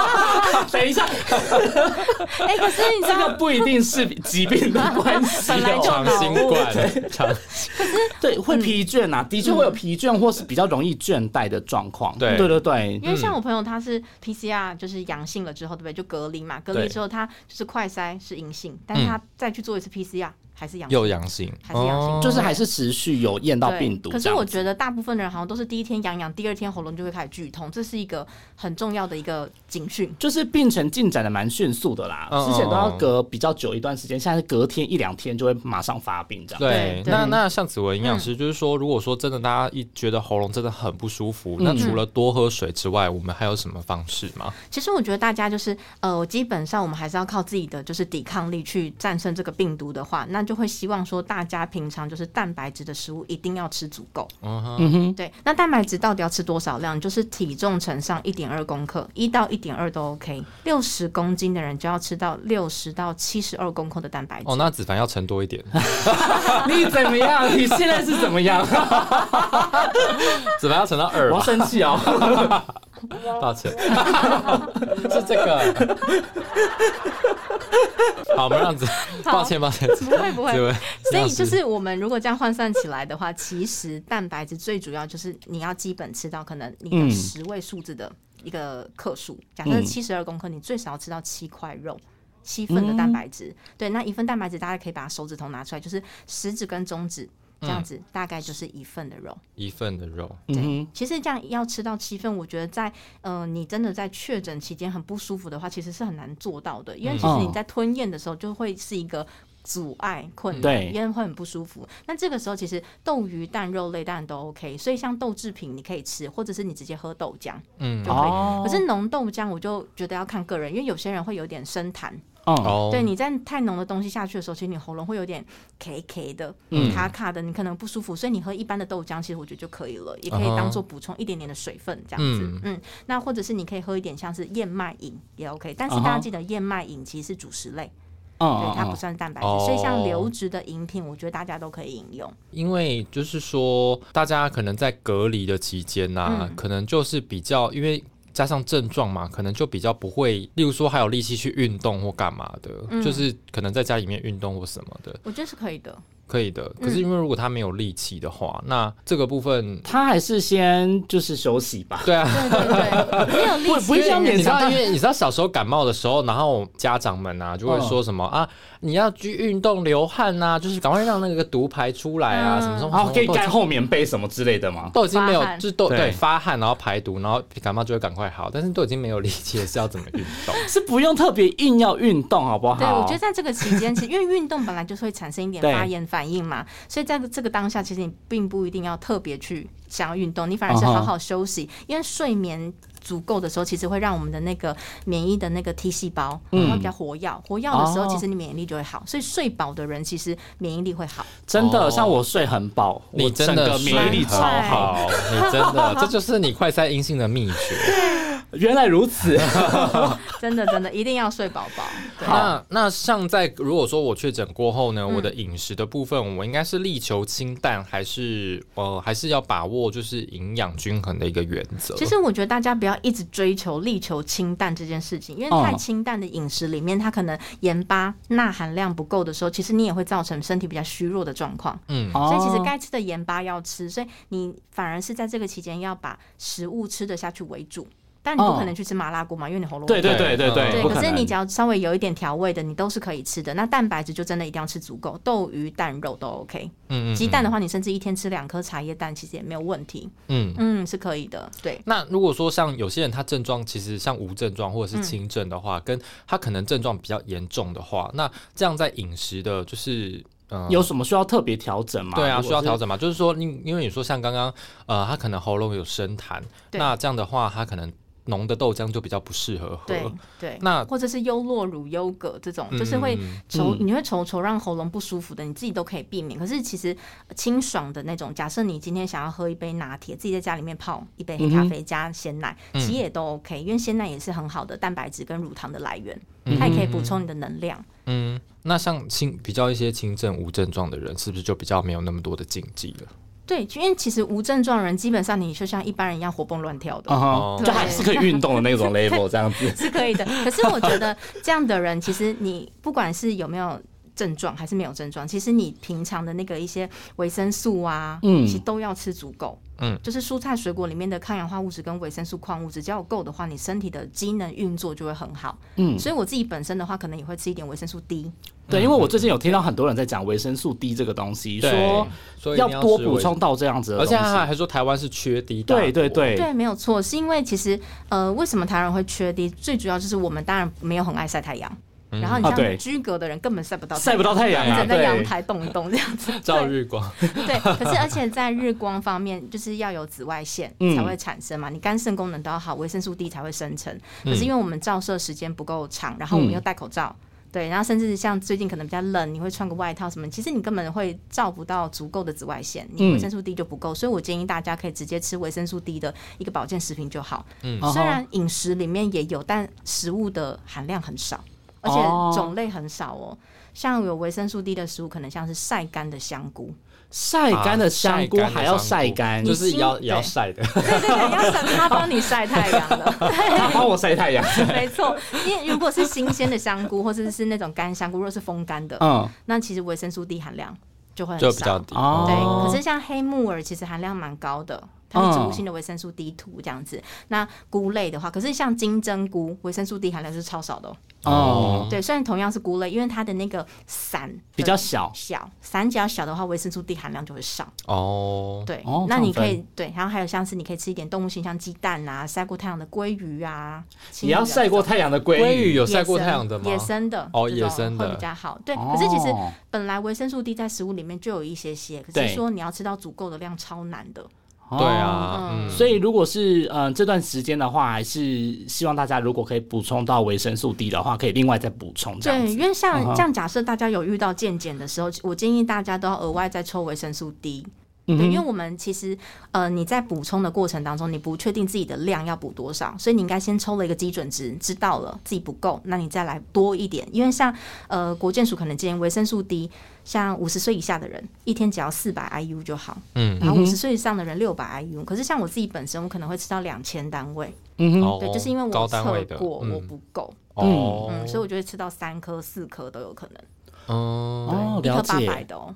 [SPEAKER 1] 等一下，
[SPEAKER 3] 哎，可是你知
[SPEAKER 1] 这
[SPEAKER 3] 道
[SPEAKER 1] 个不一定是疾病的关系、哦，
[SPEAKER 3] 本来就
[SPEAKER 2] 长新冠，长
[SPEAKER 1] 对，会疲倦啊，的确会有疲倦或是比较容易倦怠的状况。
[SPEAKER 2] 对
[SPEAKER 1] 对对对
[SPEAKER 3] 因为像我朋友他是 PCR 就是阳性了之后，对不对？就隔离嘛，隔离之后他就是快筛是阴性，但是
[SPEAKER 1] 嗯
[SPEAKER 3] 他再去做一次 PCR 还是阳性。
[SPEAKER 2] 又阳性，
[SPEAKER 3] 还是阳性
[SPEAKER 2] 哦
[SPEAKER 1] 就是还是持续有验到
[SPEAKER 3] 对
[SPEAKER 1] 病毒
[SPEAKER 3] 可
[SPEAKER 1] 这样子。
[SPEAKER 3] 是我觉得大部分人好像都是第一天痒痒，第二天喉咙就会开始剧痛，这是一个很重要的一个警讯。
[SPEAKER 1] 就是病程进展的蛮迅速的啦，
[SPEAKER 2] 嗯
[SPEAKER 1] 之前都要隔比较久一段时间，现在是隔天一两天就会马上发病这样。
[SPEAKER 2] 对
[SPEAKER 3] 对，嗯
[SPEAKER 2] 那
[SPEAKER 3] 对
[SPEAKER 2] 那像紫薇营养师，就是说，如果说真的大家一觉得喉咙真的很不舒服，
[SPEAKER 3] 嗯
[SPEAKER 2] 那除了多喝水之外，我们还有什么方式吗？
[SPEAKER 3] 其实我觉得大家就是呃，基本上我们还是要靠自己的就是抵抗力去战胜这个病毒的话，那就会希望说大家平常就是蛋白质的食物一定要吃足够。
[SPEAKER 2] 嗯哼，
[SPEAKER 1] 嗯哼，
[SPEAKER 3] 对，那蛋白质到底要吃多少量？就是体重乘上一点二公克，一到一点二都 OK。六十公斤的人就要吃到六十到七十二公克的蛋白质。
[SPEAKER 2] 哦，那子凡要盛多一点，
[SPEAKER 1] 啊你怎么样？你现在是怎么 样？
[SPEAKER 2] 子凡要盛到
[SPEAKER 1] 我
[SPEAKER 2] 二
[SPEAKER 1] 要
[SPEAKER 2] 吧，
[SPEAKER 1] 生气哦！
[SPEAKER 2] 抱歉， 是这个。 好，我们让子，
[SPEAKER 3] 好
[SPEAKER 2] 抱歉抱歉，
[SPEAKER 3] 不 会不会
[SPEAKER 2] 紫薇，
[SPEAKER 3] 所以就是我们如果这样换算起来的话，其实蛋白质最主要就是你要基本吃到可能你
[SPEAKER 1] 嗯
[SPEAKER 3] 的十位数字的一个克数。假设
[SPEAKER 1] 嗯
[SPEAKER 3] 七十二公克，你最少要吃到七块肉。七份的蛋白质，对，那一份蛋白质大家可以把手指头拿出来，就是食指跟中指这样子大概就是一份的肉。
[SPEAKER 2] 一份的肉，
[SPEAKER 3] 对
[SPEAKER 1] 嗯
[SPEAKER 3] 其实这样要吃到七份，我觉得在呃，你真的在确诊期间很不舒服的话，其实是很难做到的，因为
[SPEAKER 2] 嗯
[SPEAKER 3] 其实你在吞咽的时候就会是一个。阻碍困难，
[SPEAKER 1] 对
[SPEAKER 3] 因为会很不舒服。那这个时候其实豆鱼蛋肉类当然都 OK，所以像豆制品你可以吃，或者是你直接喝豆浆。
[SPEAKER 2] 嗯
[SPEAKER 3] 就，会
[SPEAKER 1] 哦，
[SPEAKER 3] 可是浓豆浆我就觉得要看个人，因为有些人会有点生痰，
[SPEAKER 1] 哦，
[SPEAKER 2] 哦，
[SPEAKER 3] 对，你在太浓的东西下去的时候，其实你喉咙会有点 K K 的、
[SPEAKER 1] 嗯
[SPEAKER 3] 卡卡的，你可能不舒服，所以你喝一般的豆浆，其实我觉得就可以了，也
[SPEAKER 1] 啊
[SPEAKER 3] 可以当做补充一点点的水分这样子。
[SPEAKER 2] 嗯
[SPEAKER 3] 嗯那或者是你可以喝一点像是燕麦饮也 OK，但是
[SPEAKER 1] 啊哈
[SPEAKER 3] 大家记得燕麦饮其实是主食类，对，它
[SPEAKER 1] 嗯
[SPEAKER 3] 不
[SPEAKER 1] 嗯
[SPEAKER 3] 算蛋白质，
[SPEAKER 2] 哦
[SPEAKER 3] 所以像流质的饮品，我觉得大家都可以饮用。
[SPEAKER 2] 因为就是说，大家可能在隔离的期间呐、
[SPEAKER 3] 嗯
[SPEAKER 2] 可能就是比较因为。加上症状嘛，可能就比较不会，例如说还有力气去运动或干嘛的，
[SPEAKER 3] 嗯
[SPEAKER 2] 就是可能在家里面运动或什么的，
[SPEAKER 3] 我觉得是可以的，
[SPEAKER 2] 可以
[SPEAKER 3] 嗯
[SPEAKER 2] 的。可是因为如果他没有力气的话，那这个部分，
[SPEAKER 1] 他还是先就是休息吧。
[SPEAKER 2] 对 啊，
[SPEAKER 3] 对对对， 没有力
[SPEAKER 1] 不
[SPEAKER 3] 气
[SPEAKER 1] 不是这样
[SPEAKER 2] 你
[SPEAKER 1] 勉
[SPEAKER 2] 知道，
[SPEAKER 1] 强，
[SPEAKER 2] 因为你知道小时候感冒的时候，然后家长们啊就会说什么、
[SPEAKER 3] 嗯
[SPEAKER 2] 啊，你要去运动流汗呐、就是赶快让那个毒排出来啊，
[SPEAKER 3] 嗯
[SPEAKER 2] 什么什么，
[SPEAKER 1] 然哦后可以
[SPEAKER 2] 什么都已
[SPEAKER 1] 盖厚棉被什么之类的吗？
[SPEAKER 2] 都已经没有
[SPEAKER 3] 发，汗
[SPEAKER 2] 就是都
[SPEAKER 1] 对
[SPEAKER 2] 对发汗，然后排毒，然后感冒就会赶快好，但是都已经没有力气了，是要怎么运动？
[SPEAKER 1] 是不用特别硬要运动，好不好？
[SPEAKER 3] 对，我觉得在这个期间，其实因为运动本来就是会产生一点
[SPEAKER 1] 对
[SPEAKER 3] 发炎反应嘛，所以在这个当下，其实你并不一定要特别去想要运动，你反而是
[SPEAKER 1] 嗯哼
[SPEAKER 3] 好好休息，因为睡眠。足够的时候，其实会让我们的那个免疫的那个 T 细胞会比较活跃，活跃的时候，
[SPEAKER 1] 嗯哦
[SPEAKER 3] 其实你免疫力就会好。所以睡饱的人，其实免疫力会好。
[SPEAKER 1] 真的，
[SPEAKER 2] 哦
[SPEAKER 1] 像我睡很饱，
[SPEAKER 2] 你
[SPEAKER 1] 我
[SPEAKER 2] 真
[SPEAKER 1] 整
[SPEAKER 2] 的
[SPEAKER 1] 个
[SPEAKER 2] 睡
[SPEAKER 1] 免疫力超
[SPEAKER 2] 很 好，
[SPEAKER 1] 好。
[SPEAKER 2] 你真的，这就是你快塞阴性的秘 诀。
[SPEAKER 1] 原来如 此，
[SPEAKER 3] 真的，真的一定要睡饱饱。对，
[SPEAKER 2] 那那像在如果说我确诊过后呢，我的饮食的部分，我应该是力求清淡，还是呃，还是要把握就是营养均衡的一个原则？
[SPEAKER 3] 其实我觉得大家不要一直追求力求清淡这件事情，因为太
[SPEAKER 1] 嗯
[SPEAKER 3] 清淡的饮食里面，它可能盐巴钠含量不够的时候，其实你也会造成身体比较虚弱的状况。
[SPEAKER 2] 嗯，
[SPEAKER 1] 所
[SPEAKER 3] 所以其实该吃的盐巴要吃，所以你反而是在这个期间要把食物吃得下去为主。但你不
[SPEAKER 1] 哦
[SPEAKER 3] 可能去吃麻辣锅嘛，因为你喉咙
[SPEAKER 1] 对对对
[SPEAKER 2] 对
[SPEAKER 1] 对
[SPEAKER 2] 嗯
[SPEAKER 1] 对，
[SPEAKER 3] 对，
[SPEAKER 1] 不
[SPEAKER 3] 可是
[SPEAKER 1] 能
[SPEAKER 3] 你只要稍微有一点调味的，你都是可以吃的。那蛋白质就真的一定要吃足够，豆鱼蛋肉都 OK。
[SPEAKER 2] 嗯嗯
[SPEAKER 3] 鸡蛋的话，你甚至一天吃两颗茶叶蛋，其实也没有问题。
[SPEAKER 2] 嗯。
[SPEAKER 3] 嗯，是可以的。对，
[SPEAKER 2] 那如果说像有些人他症状其实像无症状或者是轻症的话，跟他可能症状比较严重的话，那这样在饮食的就是呃
[SPEAKER 1] 有什么需要特别调整吗？
[SPEAKER 2] 对啊，
[SPEAKER 1] 如果
[SPEAKER 2] 需要
[SPEAKER 1] 是
[SPEAKER 2] 调。整嘛？就是说，因因为你说像刚刚，呃，他可能喉咙有生痰，
[SPEAKER 3] 对
[SPEAKER 2] 那这样的话，他可能浓的豆浆就比较不适合喝。
[SPEAKER 3] 对对，
[SPEAKER 2] 那
[SPEAKER 3] 或者是优酪乳、优格这种，
[SPEAKER 2] 嗯
[SPEAKER 3] 就是会
[SPEAKER 2] 嗯
[SPEAKER 3] 愁，
[SPEAKER 1] 嗯
[SPEAKER 3] 你会愁愁让喉咙不舒服的，你自己都可以避免。可是其实呃清爽的那种，假设你今天想要喝一杯拿铁，自己在家里面泡一杯黑咖啡加鲜奶，
[SPEAKER 2] 嗯
[SPEAKER 3] 其实也都 OK，因为鲜奶也是很好的蛋白质跟乳糖的来源，
[SPEAKER 2] 嗯
[SPEAKER 3] 它也可以补充你的能量。
[SPEAKER 2] 嗯，那像轻比较一些轻症无症状的人，是不是就比较没有那么多的禁忌了？
[SPEAKER 3] 对，因为其实无症状人基本上你就像一般人一样活蹦乱跳的。
[SPEAKER 1] 嗯
[SPEAKER 2] 哦
[SPEAKER 1] 哼，就还是可以运动的那 种 level 这样子。
[SPEAKER 3] 是可以的。可是我觉得这样的人，其实你不管是有没有。症状还是没有症状，其实你平常的那个一些维生素啊，
[SPEAKER 1] 嗯
[SPEAKER 3] 其实都要吃足够，
[SPEAKER 2] 嗯，
[SPEAKER 3] 就是蔬菜水果里面的抗氧化物质跟维生素、矿物质，只要有够的话，你身体的机能运作就会很好。
[SPEAKER 1] 嗯，
[SPEAKER 3] 所以我自己本身的话，可能也会吃一点维生素 D，
[SPEAKER 1] 对，因为我最近有听到很多人在讲维生素 D 这个东西，说
[SPEAKER 2] 所以一定
[SPEAKER 1] 要多
[SPEAKER 2] 吃
[SPEAKER 1] 补
[SPEAKER 2] 维
[SPEAKER 1] 充，到这样子的
[SPEAKER 2] 而
[SPEAKER 1] 东西。
[SPEAKER 2] 且他还说台湾是缺低大
[SPEAKER 1] 对
[SPEAKER 2] 国
[SPEAKER 1] 对，对，
[SPEAKER 3] 对，没有错，是因为其实呃，为什么台湾人会缺 D？最主要就是我们当然没有很爱晒太阳，然后你
[SPEAKER 1] 啊
[SPEAKER 3] 像
[SPEAKER 1] 对
[SPEAKER 3] 居隔的人根本晒不到太阳，
[SPEAKER 1] 晒不到太阳
[SPEAKER 3] 你只
[SPEAKER 1] 啊，
[SPEAKER 3] 能在阳
[SPEAKER 1] 对，
[SPEAKER 3] 台动一动这样子，
[SPEAKER 2] 照
[SPEAKER 3] 对
[SPEAKER 2] 日光，
[SPEAKER 3] 对，可是而且在日光方面，就是要有紫外线
[SPEAKER 1] 嗯
[SPEAKER 3] 才会产生嘛，你肝肾功能都要好，维生素 D 才会生成。
[SPEAKER 2] 嗯
[SPEAKER 3] 可是因为我们照射时间不够长，然后我们又戴口罩。
[SPEAKER 1] 嗯
[SPEAKER 3] 对，然后甚至像最近可能比较冷，你会穿个外套什么，其实你根本会照不到足够的紫外线，你
[SPEAKER 1] 嗯
[SPEAKER 3] 维生素 D 就不够，所以我建议大家可以直接吃维生素 D 的一个保健食品就好。
[SPEAKER 2] 嗯
[SPEAKER 1] 哦
[SPEAKER 3] 虽然饮食里面也有，但食物的含量很少，而且
[SPEAKER 1] 哦
[SPEAKER 3] 种类很少哦。像有维生素 D 的食物，可能像是晒干的香菇，
[SPEAKER 1] 晒干的香菇
[SPEAKER 2] 啊晒干的
[SPEAKER 1] 还要晒干，
[SPEAKER 2] 就
[SPEAKER 1] 就是
[SPEAKER 2] 是也要也要
[SPEAKER 3] 对
[SPEAKER 2] 晒 的。
[SPEAKER 3] 对对对，要省他帮你晒太阳 了，
[SPEAKER 1] 他帮我晒太阳。
[SPEAKER 3] 没错。因为如果是新鲜的香菇，或者是那种干香菇，如果是风干的，
[SPEAKER 1] 嗯，
[SPEAKER 3] 那其实维生素 D 含量就会很
[SPEAKER 2] 就
[SPEAKER 3] 少。
[SPEAKER 2] 比较低
[SPEAKER 1] 哦
[SPEAKER 3] 对，可是像黑木耳其实含量蛮高的，它是植物性的维生素 D two 这样子。那菇类的话，可是像金针菇，维生素 D 含量是超少的、哦。
[SPEAKER 1] 哦，
[SPEAKER 3] 对，虽然同样是菇类，因为它的那个伞
[SPEAKER 1] 比较小
[SPEAKER 3] 小，伞只要小的话，维生素 D 含量就会少。
[SPEAKER 1] 嗯
[SPEAKER 2] 哦，
[SPEAKER 3] 对，
[SPEAKER 1] 哦
[SPEAKER 3] 那你
[SPEAKER 1] 上
[SPEAKER 3] 可
[SPEAKER 1] 分
[SPEAKER 3] 以对，然后还有像是你可以吃一点动物性，像鸡蛋啊，晒过太阳的鲑鱼啊，
[SPEAKER 1] 也要晒过太阳的鲑
[SPEAKER 2] 鲑鱼
[SPEAKER 1] 鱼。
[SPEAKER 2] 有
[SPEAKER 3] 野
[SPEAKER 2] 晒过
[SPEAKER 3] 生
[SPEAKER 2] 太阳的吗？
[SPEAKER 3] 野生的
[SPEAKER 2] 哦
[SPEAKER 3] 这
[SPEAKER 2] 野
[SPEAKER 3] 种
[SPEAKER 2] 生
[SPEAKER 3] 会
[SPEAKER 2] 的
[SPEAKER 3] 比较好。对，
[SPEAKER 1] 哦
[SPEAKER 3] 可是其实本来维生素 D 在食物里面就有一些些，可
[SPEAKER 1] 对
[SPEAKER 3] 是说你要吃到足够的量超难的。
[SPEAKER 1] 哦
[SPEAKER 2] 对，啊，
[SPEAKER 3] 嗯
[SPEAKER 2] 嗯，
[SPEAKER 1] 所以如果是嗯、呃这段时间的话，还是希望大家如果可以补充到维生素 D 的话，可以另外再补充这样
[SPEAKER 3] 对，
[SPEAKER 1] 子。
[SPEAKER 3] 因为像、
[SPEAKER 1] 嗯哼
[SPEAKER 3] 这样，假设大家有遇到健检的时候，我建议大家都要额外再抽维生素 D。对，
[SPEAKER 2] 嗯
[SPEAKER 3] 因为我们其实，呃，你在补充的过程当中，你不确定自己的量要补多少，所以你应该先抽了一个基准值，知道了自己不够，那你再来多一点。因为像，呃，国健署可能建议维生素 D，像五十岁以下的人，一天只要四百 IU 就好，
[SPEAKER 2] 嗯，
[SPEAKER 3] 然后五十岁以上的人六百 IU。可是像我自己本身，我可能会吃到两千单位，
[SPEAKER 2] 哦
[SPEAKER 3] 对，就是因为我
[SPEAKER 2] 高
[SPEAKER 3] 测
[SPEAKER 2] 单位的，
[SPEAKER 3] 过我
[SPEAKER 2] 嗯，
[SPEAKER 3] 不够，
[SPEAKER 2] 哦，
[SPEAKER 3] 嗯，所以我就会吃到三颗、四颗都有可能。
[SPEAKER 2] 嗯，
[SPEAKER 1] 哦，
[SPEAKER 3] 一
[SPEAKER 1] 了
[SPEAKER 3] 颗八百
[SPEAKER 1] 解。
[SPEAKER 3] 的哦。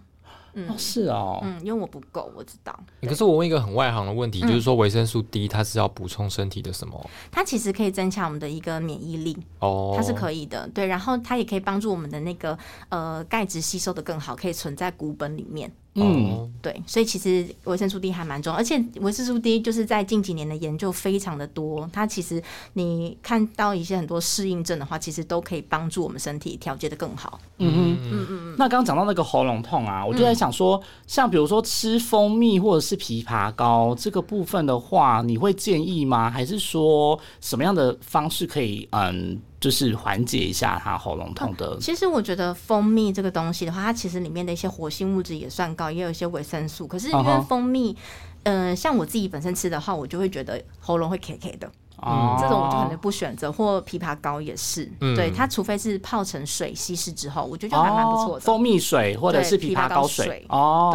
[SPEAKER 1] 哦，是哦，
[SPEAKER 3] 嗯，因为我不够，我知道。
[SPEAKER 2] 可是我问一个很外行的问
[SPEAKER 3] 嗯
[SPEAKER 2] 题，就是说维生素 D 它是要补充身体的什么？
[SPEAKER 3] 它其实可以增强我们的一个免疫力，
[SPEAKER 2] 哦，
[SPEAKER 3] 它是可以的。对，然后它也可以帮助我们的那个呃钙质吸收的更好，可以存在骨本里面。
[SPEAKER 2] 哦，
[SPEAKER 3] 对，所以其实维生素 D 还蛮重要，而且维生素 D 就是在近几年的研究非常的多。它其实你看到一些很多适应症的话，其实都可以帮助我们身体调节的更好。
[SPEAKER 2] 嗯
[SPEAKER 3] 嗯
[SPEAKER 1] 那刚刚讲到那个喉咙痛啊，我就在想说，像比如说吃蜂蜜或者是枇杷膏这个部分的话，你会建议吗？还是说什么样的方式可以嗯，就是缓解一下他喉咙痛的？
[SPEAKER 3] 其实我觉得蜂蜜这个东西的话，它其实里面的一些活性物质也算高，也有一些维生素。可是因
[SPEAKER 1] 嗯
[SPEAKER 3] 为
[SPEAKER 1] 哼
[SPEAKER 3] 蜂蜜，呃，像我自己本身吃的话，我就会觉得喉咙会 K K 的，
[SPEAKER 1] 哦
[SPEAKER 3] 嗯这种我就可能不选择。或枇杷膏也是，
[SPEAKER 2] 嗯
[SPEAKER 3] 对它，除非是泡成水稀释之后，我觉得就还蛮不错的。
[SPEAKER 1] 哦蜂蜜水或者是枇杷膏水
[SPEAKER 3] 对枇杷膏水对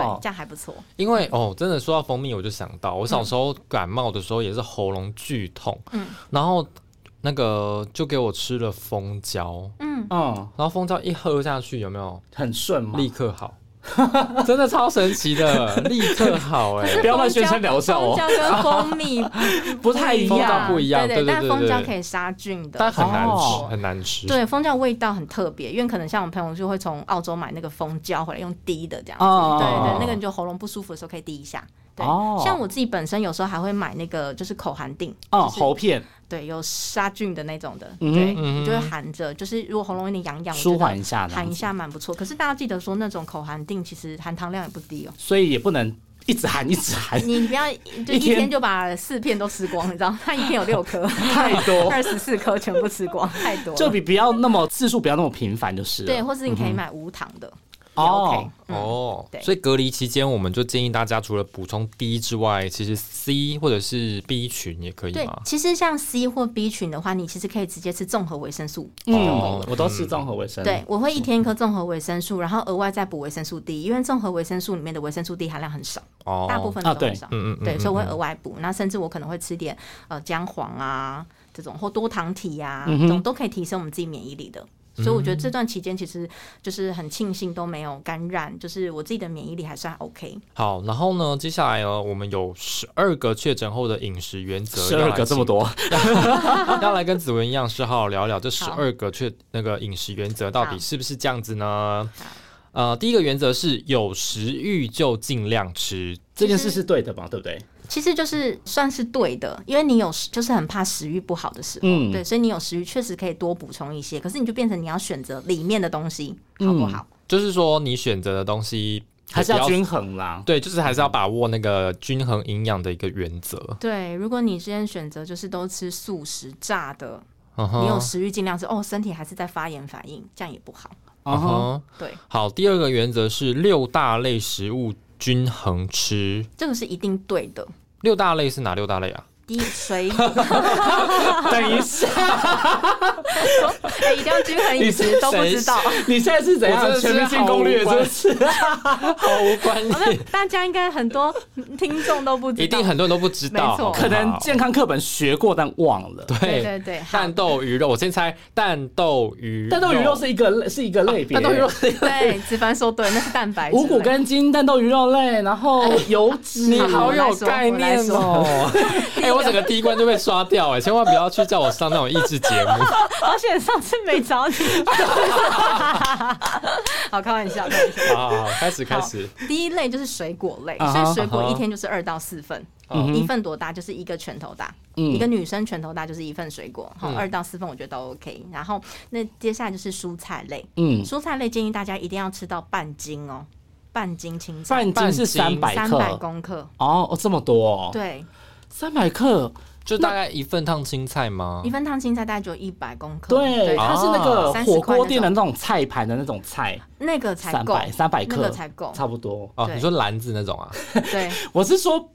[SPEAKER 1] 哦，，
[SPEAKER 3] 这样还不错。
[SPEAKER 2] 因为哦，真的说到蜂蜜，我就想到我
[SPEAKER 3] 嗯
[SPEAKER 2] 小时候感冒的时候也是喉咙剧痛，嗯，然后那个就给我吃了蜂胶，
[SPEAKER 1] 嗯，
[SPEAKER 2] 然后蜂胶一喝下去有没有
[SPEAKER 1] 很顺嘛。
[SPEAKER 2] 立刻好？ 真的超神奇的，立刻好哎、
[SPEAKER 3] 可是
[SPEAKER 1] 不要乱
[SPEAKER 3] 蜂
[SPEAKER 1] 宣
[SPEAKER 3] 胶
[SPEAKER 1] 称疗效
[SPEAKER 3] 蜂
[SPEAKER 1] 哦
[SPEAKER 3] 胶跟蜂蜜
[SPEAKER 1] 不太一样
[SPEAKER 2] 不一样
[SPEAKER 3] 对
[SPEAKER 2] 对对
[SPEAKER 3] 但
[SPEAKER 2] 对
[SPEAKER 3] 蜂胶
[SPEAKER 2] 对
[SPEAKER 3] 可以杀菌的，
[SPEAKER 2] 但很难吃，
[SPEAKER 1] 哦
[SPEAKER 2] 很难吃。
[SPEAKER 3] 对，蜂胶味道很特别，因为可能像我朋友就会从澳洲买那个蜂胶回来用滴的这样子，
[SPEAKER 1] 哦
[SPEAKER 3] 对对，那个你就喉咙不舒服的时候可以滴一下。对，
[SPEAKER 1] 哦
[SPEAKER 3] 像我自己本身有时候还会买那个就是口含定，
[SPEAKER 1] 哦，
[SPEAKER 3] 就是
[SPEAKER 1] 喉片
[SPEAKER 3] 对，有杀菌的那种的，
[SPEAKER 1] 嗯
[SPEAKER 3] 对，
[SPEAKER 2] 嗯
[SPEAKER 3] 你就会含着，就是如果喉咙有点痒痒，我
[SPEAKER 1] 舒
[SPEAKER 3] 觉得
[SPEAKER 1] 缓一下，
[SPEAKER 3] 含一。下蛮不错。可是大家记得说那种口含定其实含糖量也不 低哦。
[SPEAKER 1] 所以也不能一直喊一 直喊，
[SPEAKER 3] 你不 要就
[SPEAKER 1] 一
[SPEAKER 3] 一
[SPEAKER 1] 天
[SPEAKER 3] 天就把四片都吃光，你知道吗？它一片有六颗，
[SPEAKER 1] 太 多
[SPEAKER 3] 二十四颗全部吃光，太多了。
[SPEAKER 1] 就比不要那么次数不要那么频繁就是了。
[SPEAKER 3] 对，或是你可以买无糖的，也
[SPEAKER 1] 哦
[SPEAKER 3] OK，嗯
[SPEAKER 2] 哦，
[SPEAKER 3] 对
[SPEAKER 2] 所以隔离期间，我们就建议大家除了补充 D 之外，其实 C 或者是 B 群也可以
[SPEAKER 3] 对
[SPEAKER 2] 嘛，。
[SPEAKER 3] 其实像 C 或 B 群的话，你其实可以直接吃综合维生素。
[SPEAKER 1] 嗯，我都吃综合维生。
[SPEAKER 3] 对，，我会一天一颗综合维生素，然后额外再补维生素 D，因为综合维生素里面的维生素 D 含量很少，
[SPEAKER 2] 哦，
[SPEAKER 3] 大部分
[SPEAKER 1] 啊
[SPEAKER 3] 都
[SPEAKER 1] 对
[SPEAKER 3] 很少。
[SPEAKER 2] 嗯嗯嗯
[SPEAKER 3] 对，
[SPEAKER 2] 嗯
[SPEAKER 3] 所以我会额外补。那甚至我可能会吃点呃姜黄啊这种或多糖体呀、
[SPEAKER 2] 嗯
[SPEAKER 3] 这种都可以提升我们自己免疫力的。所以我觉得这段期间其实就是很庆幸都没有感染，就是我自己的免疫力还算 OK。
[SPEAKER 2] 好，然后呢，接下来呢，我们有十二个确诊后的饮食原则，
[SPEAKER 1] 十二个这么多，
[SPEAKER 2] 要来，要来跟子文一样，是好好聊聊这十二个确那个饮食原则到底
[SPEAKER 3] 好
[SPEAKER 2] 是不是这样子呢
[SPEAKER 3] 好？
[SPEAKER 2] 呃，第一个原则是有食欲就尽量吃，
[SPEAKER 1] 这件事是对的嘛？对不对？
[SPEAKER 3] 其实就是算是对的，因为你有食就是很怕食欲不好的时候，
[SPEAKER 1] 嗯
[SPEAKER 3] 对，所以你有食欲确实可以多补充一些，可是你就变成你要选择里面的东西，
[SPEAKER 1] 嗯
[SPEAKER 3] 好不好？
[SPEAKER 2] 就是说你选择的东西
[SPEAKER 1] 还是
[SPEAKER 2] 不
[SPEAKER 1] 要均衡啦。
[SPEAKER 2] 对，就是还是要把握那个均衡营养的一个原则。
[SPEAKER 3] 对，如果你今天选择就是都吃素食炸的，
[SPEAKER 1] 啊
[SPEAKER 2] 嗯哼
[SPEAKER 3] 你有食欲尽量吃，哦，身体还是在发炎反应，这样也不好。
[SPEAKER 1] 嗯
[SPEAKER 2] 嗯
[SPEAKER 1] 哼，
[SPEAKER 2] 哼
[SPEAKER 3] 对，
[SPEAKER 2] 好，第二个原则是六大类食物均衡吃。
[SPEAKER 3] 这个是一定对的。 哎
[SPEAKER 2] 六大类是哪六大类啊？
[SPEAKER 3] 滴水，
[SPEAKER 1] 等 一下，
[SPEAKER 3] 哎，一定要均衡饮食，都不知道。
[SPEAKER 1] 你现在是怎
[SPEAKER 2] 我
[SPEAKER 1] 样？
[SPEAKER 2] 真的是
[SPEAKER 1] 全明星攻略
[SPEAKER 2] 毫无
[SPEAKER 1] 真
[SPEAKER 2] 关
[SPEAKER 1] 是。
[SPEAKER 2] 毫无 关
[SPEAKER 3] 好像
[SPEAKER 2] 联，
[SPEAKER 3] 大家应该很多听众都不知道，
[SPEAKER 2] 一定很多人都不知
[SPEAKER 3] 没
[SPEAKER 2] 道，好
[SPEAKER 3] 错
[SPEAKER 2] 不好
[SPEAKER 1] 可能 健康课本学过，但忘了。
[SPEAKER 3] 对对对好
[SPEAKER 2] 蛋豆鱼肉，我先猜蛋豆鱼，
[SPEAKER 1] 蛋豆鱼肉 是一个类是一个类别，
[SPEAKER 2] 蛋豆鱼肉是
[SPEAKER 3] 对，子凡说对，那是蛋白质类。
[SPEAKER 1] 五谷根茎、蛋豆鱼肉类，然后油 脂。
[SPEAKER 2] 你好有概念哦！ 哎、我整个第一关就被刷掉哎、千万不要去叫我上那种益智节目。
[SPEAKER 3] 而且上次没找你。 好，开玩笑，开玩笑。
[SPEAKER 2] 好好，好开始开始。
[SPEAKER 3] 第一类就是水果类，
[SPEAKER 1] 啊
[SPEAKER 3] 所
[SPEAKER 1] 哈
[SPEAKER 3] 以水
[SPEAKER 2] 啊
[SPEAKER 3] 果
[SPEAKER 2] 哈
[SPEAKER 3] 一天就是二到四份，
[SPEAKER 1] 嗯
[SPEAKER 3] 一份多大？就是一个拳头大，
[SPEAKER 1] 嗯
[SPEAKER 3] 一个女生拳头大就是一份水果，好，二到四份我觉得都 OK。然后那接下来就是蔬菜类，
[SPEAKER 1] 嗯，
[SPEAKER 3] 蔬菜类建议大家一定要吃到半斤哦，半斤青菜，
[SPEAKER 1] 半斤是三百
[SPEAKER 3] 三百
[SPEAKER 1] 克
[SPEAKER 3] 公克，
[SPEAKER 1] 哦，哦这么多哦，
[SPEAKER 3] 对，
[SPEAKER 1] 三百克，
[SPEAKER 2] 就大概一份烫青菜吗
[SPEAKER 3] 一？份烫青菜大概只有一百公克，
[SPEAKER 1] 哦对，它是那个
[SPEAKER 3] 啊
[SPEAKER 1] 火锅店的那种菜盘的那种菜，
[SPEAKER 3] 那个才
[SPEAKER 1] 三
[SPEAKER 3] 够，
[SPEAKER 1] 百三百
[SPEAKER 3] 那
[SPEAKER 1] 克
[SPEAKER 3] 个才够，
[SPEAKER 1] 差不多。
[SPEAKER 2] 哦，
[SPEAKER 3] 对
[SPEAKER 2] 你说篮子那种啊？
[SPEAKER 3] 对，
[SPEAKER 1] 我是说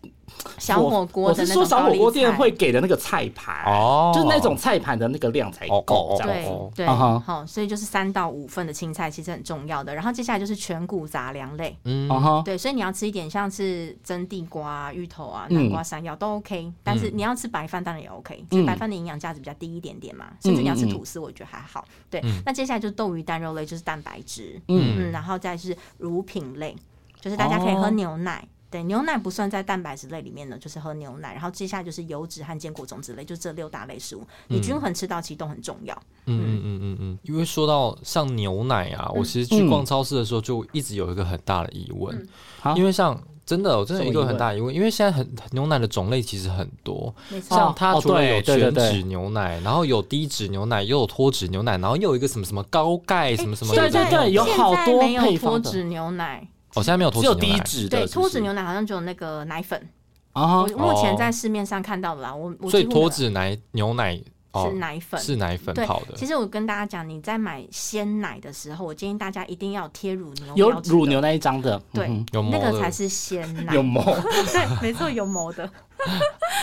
[SPEAKER 3] 小火锅
[SPEAKER 1] 我
[SPEAKER 3] 的
[SPEAKER 1] 是
[SPEAKER 3] 那
[SPEAKER 1] 说
[SPEAKER 3] 种
[SPEAKER 1] 小
[SPEAKER 3] 高
[SPEAKER 1] 火
[SPEAKER 3] 丽
[SPEAKER 1] 锅店
[SPEAKER 3] 菜
[SPEAKER 1] 会给的那个菜盘，
[SPEAKER 2] 哦
[SPEAKER 1] 就是那种菜盘的那个量才
[SPEAKER 2] 哦哦
[SPEAKER 1] 够
[SPEAKER 2] 哦
[SPEAKER 1] 这样
[SPEAKER 3] 对
[SPEAKER 1] 子。
[SPEAKER 2] 哦
[SPEAKER 3] 对，
[SPEAKER 1] 啊
[SPEAKER 3] 好、
[SPEAKER 1] 哈
[SPEAKER 3] 所以就是三到五份的青菜其实很重要的。然后接下来就是全谷杂粮类，
[SPEAKER 2] 嗯，
[SPEAKER 1] 啊哈，
[SPEAKER 3] 对，所以你要吃一点像是蒸地瓜、啊、芋头啊、
[SPEAKER 1] 嗯
[SPEAKER 3] 南瓜、山药都 OK，但是你要吃白饭当然也 OK，、所以
[SPEAKER 1] 嗯
[SPEAKER 3] 白饭的营养价值比较低一点点嘛，甚至你要吃吐司，我觉得还好。对，那接下来就是豆鱼蛋肉类，就是蛋白质，
[SPEAKER 1] 嗯
[SPEAKER 3] 嗯然后再是乳品类，就是大家可以喝
[SPEAKER 1] 哦
[SPEAKER 3] 牛奶。对，牛奶不算在蛋白质类里面的，就是喝牛奶。然后接下来就是油脂和坚果种子类，就这六大类食物，你均衡吃到其实都很重要。
[SPEAKER 2] 嗯嗯嗯嗯嗯，因为说到像牛奶啊，
[SPEAKER 3] 嗯
[SPEAKER 2] 我其实去逛超市的时候就一直有一个很大的疑问，
[SPEAKER 3] 嗯
[SPEAKER 1] 啊
[SPEAKER 2] 因为像真的我真的有一
[SPEAKER 1] 什么疑
[SPEAKER 2] 个
[SPEAKER 1] 问
[SPEAKER 2] 很大的疑问，因为现在很牛奶的种类其实很多，
[SPEAKER 3] 没错。
[SPEAKER 2] 像它
[SPEAKER 1] 哦
[SPEAKER 2] 除了
[SPEAKER 1] 对
[SPEAKER 2] 有
[SPEAKER 1] 对对
[SPEAKER 2] 全
[SPEAKER 1] 对
[SPEAKER 2] 脂牛奶，然后有低脂牛奶，又有脱脂牛奶，然后又有一个什么什么高钙
[SPEAKER 3] 哎
[SPEAKER 2] 什么什么的，
[SPEAKER 1] 现在对对对有
[SPEAKER 3] 现
[SPEAKER 1] 好
[SPEAKER 3] 在
[SPEAKER 1] 多
[SPEAKER 3] 没有
[SPEAKER 1] 配
[SPEAKER 3] 脱
[SPEAKER 1] 方的
[SPEAKER 3] 脂牛奶，
[SPEAKER 2] 哦，现在没有脱
[SPEAKER 1] 只
[SPEAKER 2] 脂
[SPEAKER 1] 有
[SPEAKER 2] 牛奶，
[SPEAKER 1] 低脂的，
[SPEAKER 3] 对，
[SPEAKER 1] 是不
[SPEAKER 3] 脱
[SPEAKER 1] 是
[SPEAKER 3] 脂牛奶好像只有那个奶粉。
[SPEAKER 1] 啊哈
[SPEAKER 3] 我，目前在市面上看到的啦，我我
[SPEAKER 2] 所以
[SPEAKER 3] 几乎
[SPEAKER 2] 脱
[SPEAKER 3] 没有
[SPEAKER 2] 脂奶牛奶哦
[SPEAKER 3] 是奶粉。
[SPEAKER 2] 是奶粉
[SPEAKER 3] 对
[SPEAKER 2] 泡的
[SPEAKER 3] 其，实我跟大家讲，你在买鲜奶的时候，我建议大家一定要贴乳牛，
[SPEAKER 1] 有乳，牛那一张的，
[SPEAKER 3] 对
[SPEAKER 1] 嗯
[SPEAKER 2] 有
[SPEAKER 3] 那
[SPEAKER 2] 膜
[SPEAKER 3] 个才
[SPEAKER 2] 的，
[SPEAKER 3] 是鲜奶
[SPEAKER 1] 哼，有，膜，
[SPEAKER 3] 对，没错，有膜的，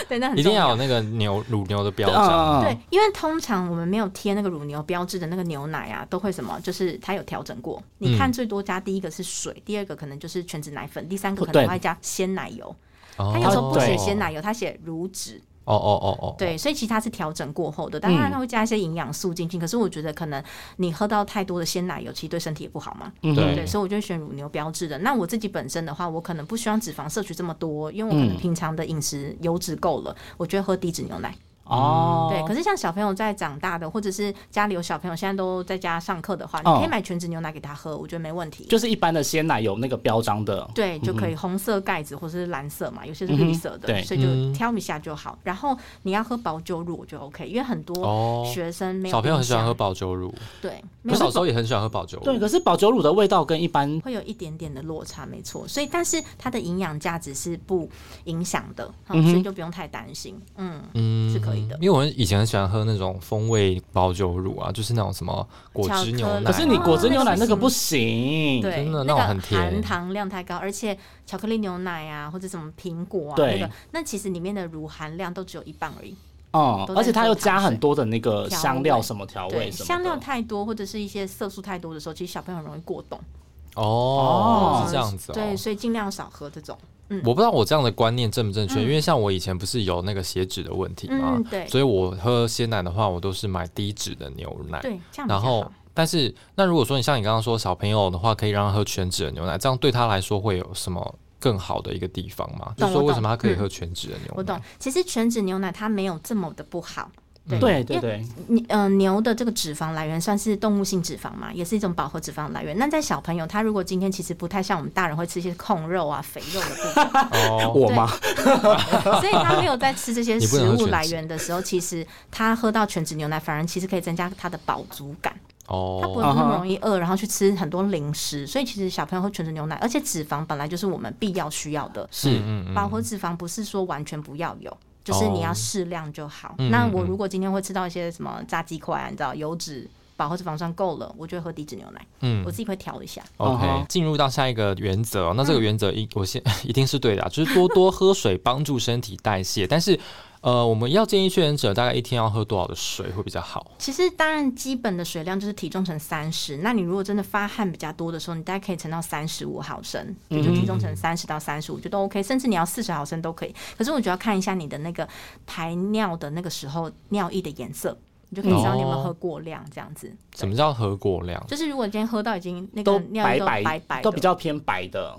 [SPEAKER 3] 对，那很
[SPEAKER 2] 一
[SPEAKER 3] 重
[SPEAKER 2] 定要有那个牛乳牛的标章。
[SPEAKER 1] 嗯
[SPEAKER 3] 对，，因为通常我们没有贴那个乳牛标志的那个牛奶啊，都会什么？就是它有调整过。你看最多加第一个是水，第二个可能就是全脂奶粉，第三个可能
[SPEAKER 1] 对
[SPEAKER 3] 还会加鲜奶油。
[SPEAKER 2] 哦
[SPEAKER 3] 它有时候不
[SPEAKER 1] 对
[SPEAKER 3] 写鲜奶油，它写乳脂。
[SPEAKER 2] 哦哦哦哦，
[SPEAKER 3] 对，所以其实它是调整过后的，当然它会加一些营养素进去。可是我觉得可能你喝到太多的鲜奶油，其实对身体也不好嘛。
[SPEAKER 1] 嗯
[SPEAKER 2] 对
[SPEAKER 3] 对，所以我就会选乳牛标志的。那我自己本身的话，我可能不希望脂肪摄取这么多，因为我可能平常的饮食油脂够了，我就会喝低脂牛奶。
[SPEAKER 1] 哦，
[SPEAKER 3] 对，可是像小朋友在长大的，或者是家里有小朋友现在都在家上课的话，你
[SPEAKER 1] 哦
[SPEAKER 3] 可以买全脂牛奶给他喝，我觉得没问题。
[SPEAKER 1] 就是一般的鲜奶有那个标章的，
[SPEAKER 3] 对，就
[SPEAKER 2] 嗯
[SPEAKER 3] 可以红色盖子或是蓝色嘛，有些是绿色
[SPEAKER 1] 嗯哼
[SPEAKER 3] 的，
[SPEAKER 1] 对
[SPEAKER 3] 所以就挑一下就好。然后你要喝保酒乳，我觉得 OK，因为很多
[SPEAKER 2] 哦
[SPEAKER 3] 学生没有、
[SPEAKER 2] 小朋友很喜欢喝，保酒乳，
[SPEAKER 3] 对，没
[SPEAKER 2] 我
[SPEAKER 3] 有
[SPEAKER 2] 小时候也很喜欢喝保酒
[SPEAKER 1] 对，
[SPEAKER 2] 乳。
[SPEAKER 1] 可是保酒乳的味道跟一般
[SPEAKER 3] 会有一点点的落差，没错。所以，但是它的营养价值是不影响的，嗯
[SPEAKER 1] 嗯哼
[SPEAKER 3] 所以就不用太担心。嗯，
[SPEAKER 2] 嗯
[SPEAKER 3] 是可以的
[SPEAKER 2] 因为我以前很喜欢喝那种风味保酒乳啊，就是那种什么果汁牛奶啊。
[SPEAKER 1] 可是你果汁牛奶那个不
[SPEAKER 3] 哦
[SPEAKER 1] 行，
[SPEAKER 3] 对，
[SPEAKER 2] 真的
[SPEAKER 3] 那
[SPEAKER 2] 那
[SPEAKER 3] 个
[SPEAKER 2] 种很甜
[SPEAKER 3] 含糖量太高，而且巧克力牛奶啊，或者什么苹果啊，
[SPEAKER 1] 对
[SPEAKER 3] 那个那其实里面的乳含量都只有一半而已。
[SPEAKER 1] 嗯
[SPEAKER 3] 都，在
[SPEAKER 1] 而且它又加很多的那个
[SPEAKER 3] 调
[SPEAKER 1] 香料
[SPEAKER 3] 味
[SPEAKER 1] 什么
[SPEAKER 2] 啊
[SPEAKER 1] 调
[SPEAKER 3] 对，
[SPEAKER 1] 味什么的，
[SPEAKER 3] 香料太多或者是一些色素太多的时候，其实小朋友容易过动。嗯
[SPEAKER 2] 哦
[SPEAKER 1] 哦，
[SPEAKER 2] 是这样子哦。
[SPEAKER 3] 对，所以尽量少喝这种。
[SPEAKER 2] 我不知道我这样的观念正不正确，因为像我以前不是有那个血脂的问题嘛，
[SPEAKER 3] 嗯对
[SPEAKER 2] 所以我喝鲜奶的话，我都是买低脂的牛奶，
[SPEAKER 3] 对，这样比较
[SPEAKER 2] 然后
[SPEAKER 3] 好。。
[SPEAKER 2] 但是，那如果说你像你刚刚说小朋友的话，可以让他喝全脂的牛奶，这样对他来说会有什么更好的一个地方吗？就
[SPEAKER 3] 懂
[SPEAKER 2] 是说
[SPEAKER 3] 我
[SPEAKER 2] 为
[SPEAKER 3] 懂嗯
[SPEAKER 2] 什么他可以喝全脂的牛奶？
[SPEAKER 3] 我懂，其实全脂牛奶它没有这么的不好。对
[SPEAKER 1] 嗯对对对，
[SPEAKER 3] 你呃，牛的这个脂肪来源算是动物性脂肪嘛，也是一种饱和脂肪来源。那在小朋友，他如果今天其实不太像我们大人会吃一些控肉啊、肥肉的部分，
[SPEAKER 2] 哦，
[SPEAKER 1] 我吗？
[SPEAKER 3] 所以他没有在吃这些
[SPEAKER 2] 你不
[SPEAKER 3] 食
[SPEAKER 2] 能喝
[SPEAKER 3] 物
[SPEAKER 2] 全
[SPEAKER 3] 来
[SPEAKER 2] 脂
[SPEAKER 3] 源的时候，其实他喝到全脂牛奶，反而其实可以增加他的饱足感。他不会
[SPEAKER 2] 哦，
[SPEAKER 3] 那么容易饿，然后去吃很多零食，所以其实小朋友喝全脂牛奶，而且脂肪本来就是我们必要需要的，
[SPEAKER 1] 是
[SPEAKER 2] 嗯嗯，哦
[SPEAKER 3] 饱和脂肪不是说完全不要有。就是你要适量就好。
[SPEAKER 2] 嗯
[SPEAKER 3] 那我如果今天会吃到一些什么炸鸡块、啊，你知道油脂、饱和脂肪酸够了，我就会喝低脂牛奶。
[SPEAKER 2] 嗯
[SPEAKER 3] 我自己会调一下。
[SPEAKER 1] 嗯
[SPEAKER 2] OK，
[SPEAKER 1] 哼
[SPEAKER 2] 进入到下一个原则哦、那这个原则一我先一定是对的、啊，就是多多喝水帮助身体代谢。但是呃，我们要建议确诊者大概一天要喝多少的水会比较好？
[SPEAKER 3] 其实当然基本的水量就是体重乘三十，那你如果真的发汗比较多的时候，你大概可以乘到三十五毫升，也
[SPEAKER 1] 嗯
[SPEAKER 3] 就体重乘三十到三十五就都 OK，甚至你要四十毫升都可以。可是我觉得要看一下你的那个排尿的那个时候尿液的颜色。你就可以知道你有没有喝过量，这样子。
[SPEAKER 2] 什么叫喝过量？
[SPEAKER 3] 就是如果你今天喝到已经那
[SPEAKER 1] 都
[SPEAKER 3] 个尿
[SPEAKER 1] 白
[SPEAKER 3] 液都白白
[SPEAKER 1] 白，
[SPEAKER 3] 的，
[SPEAKER 1] 都比较偏白的，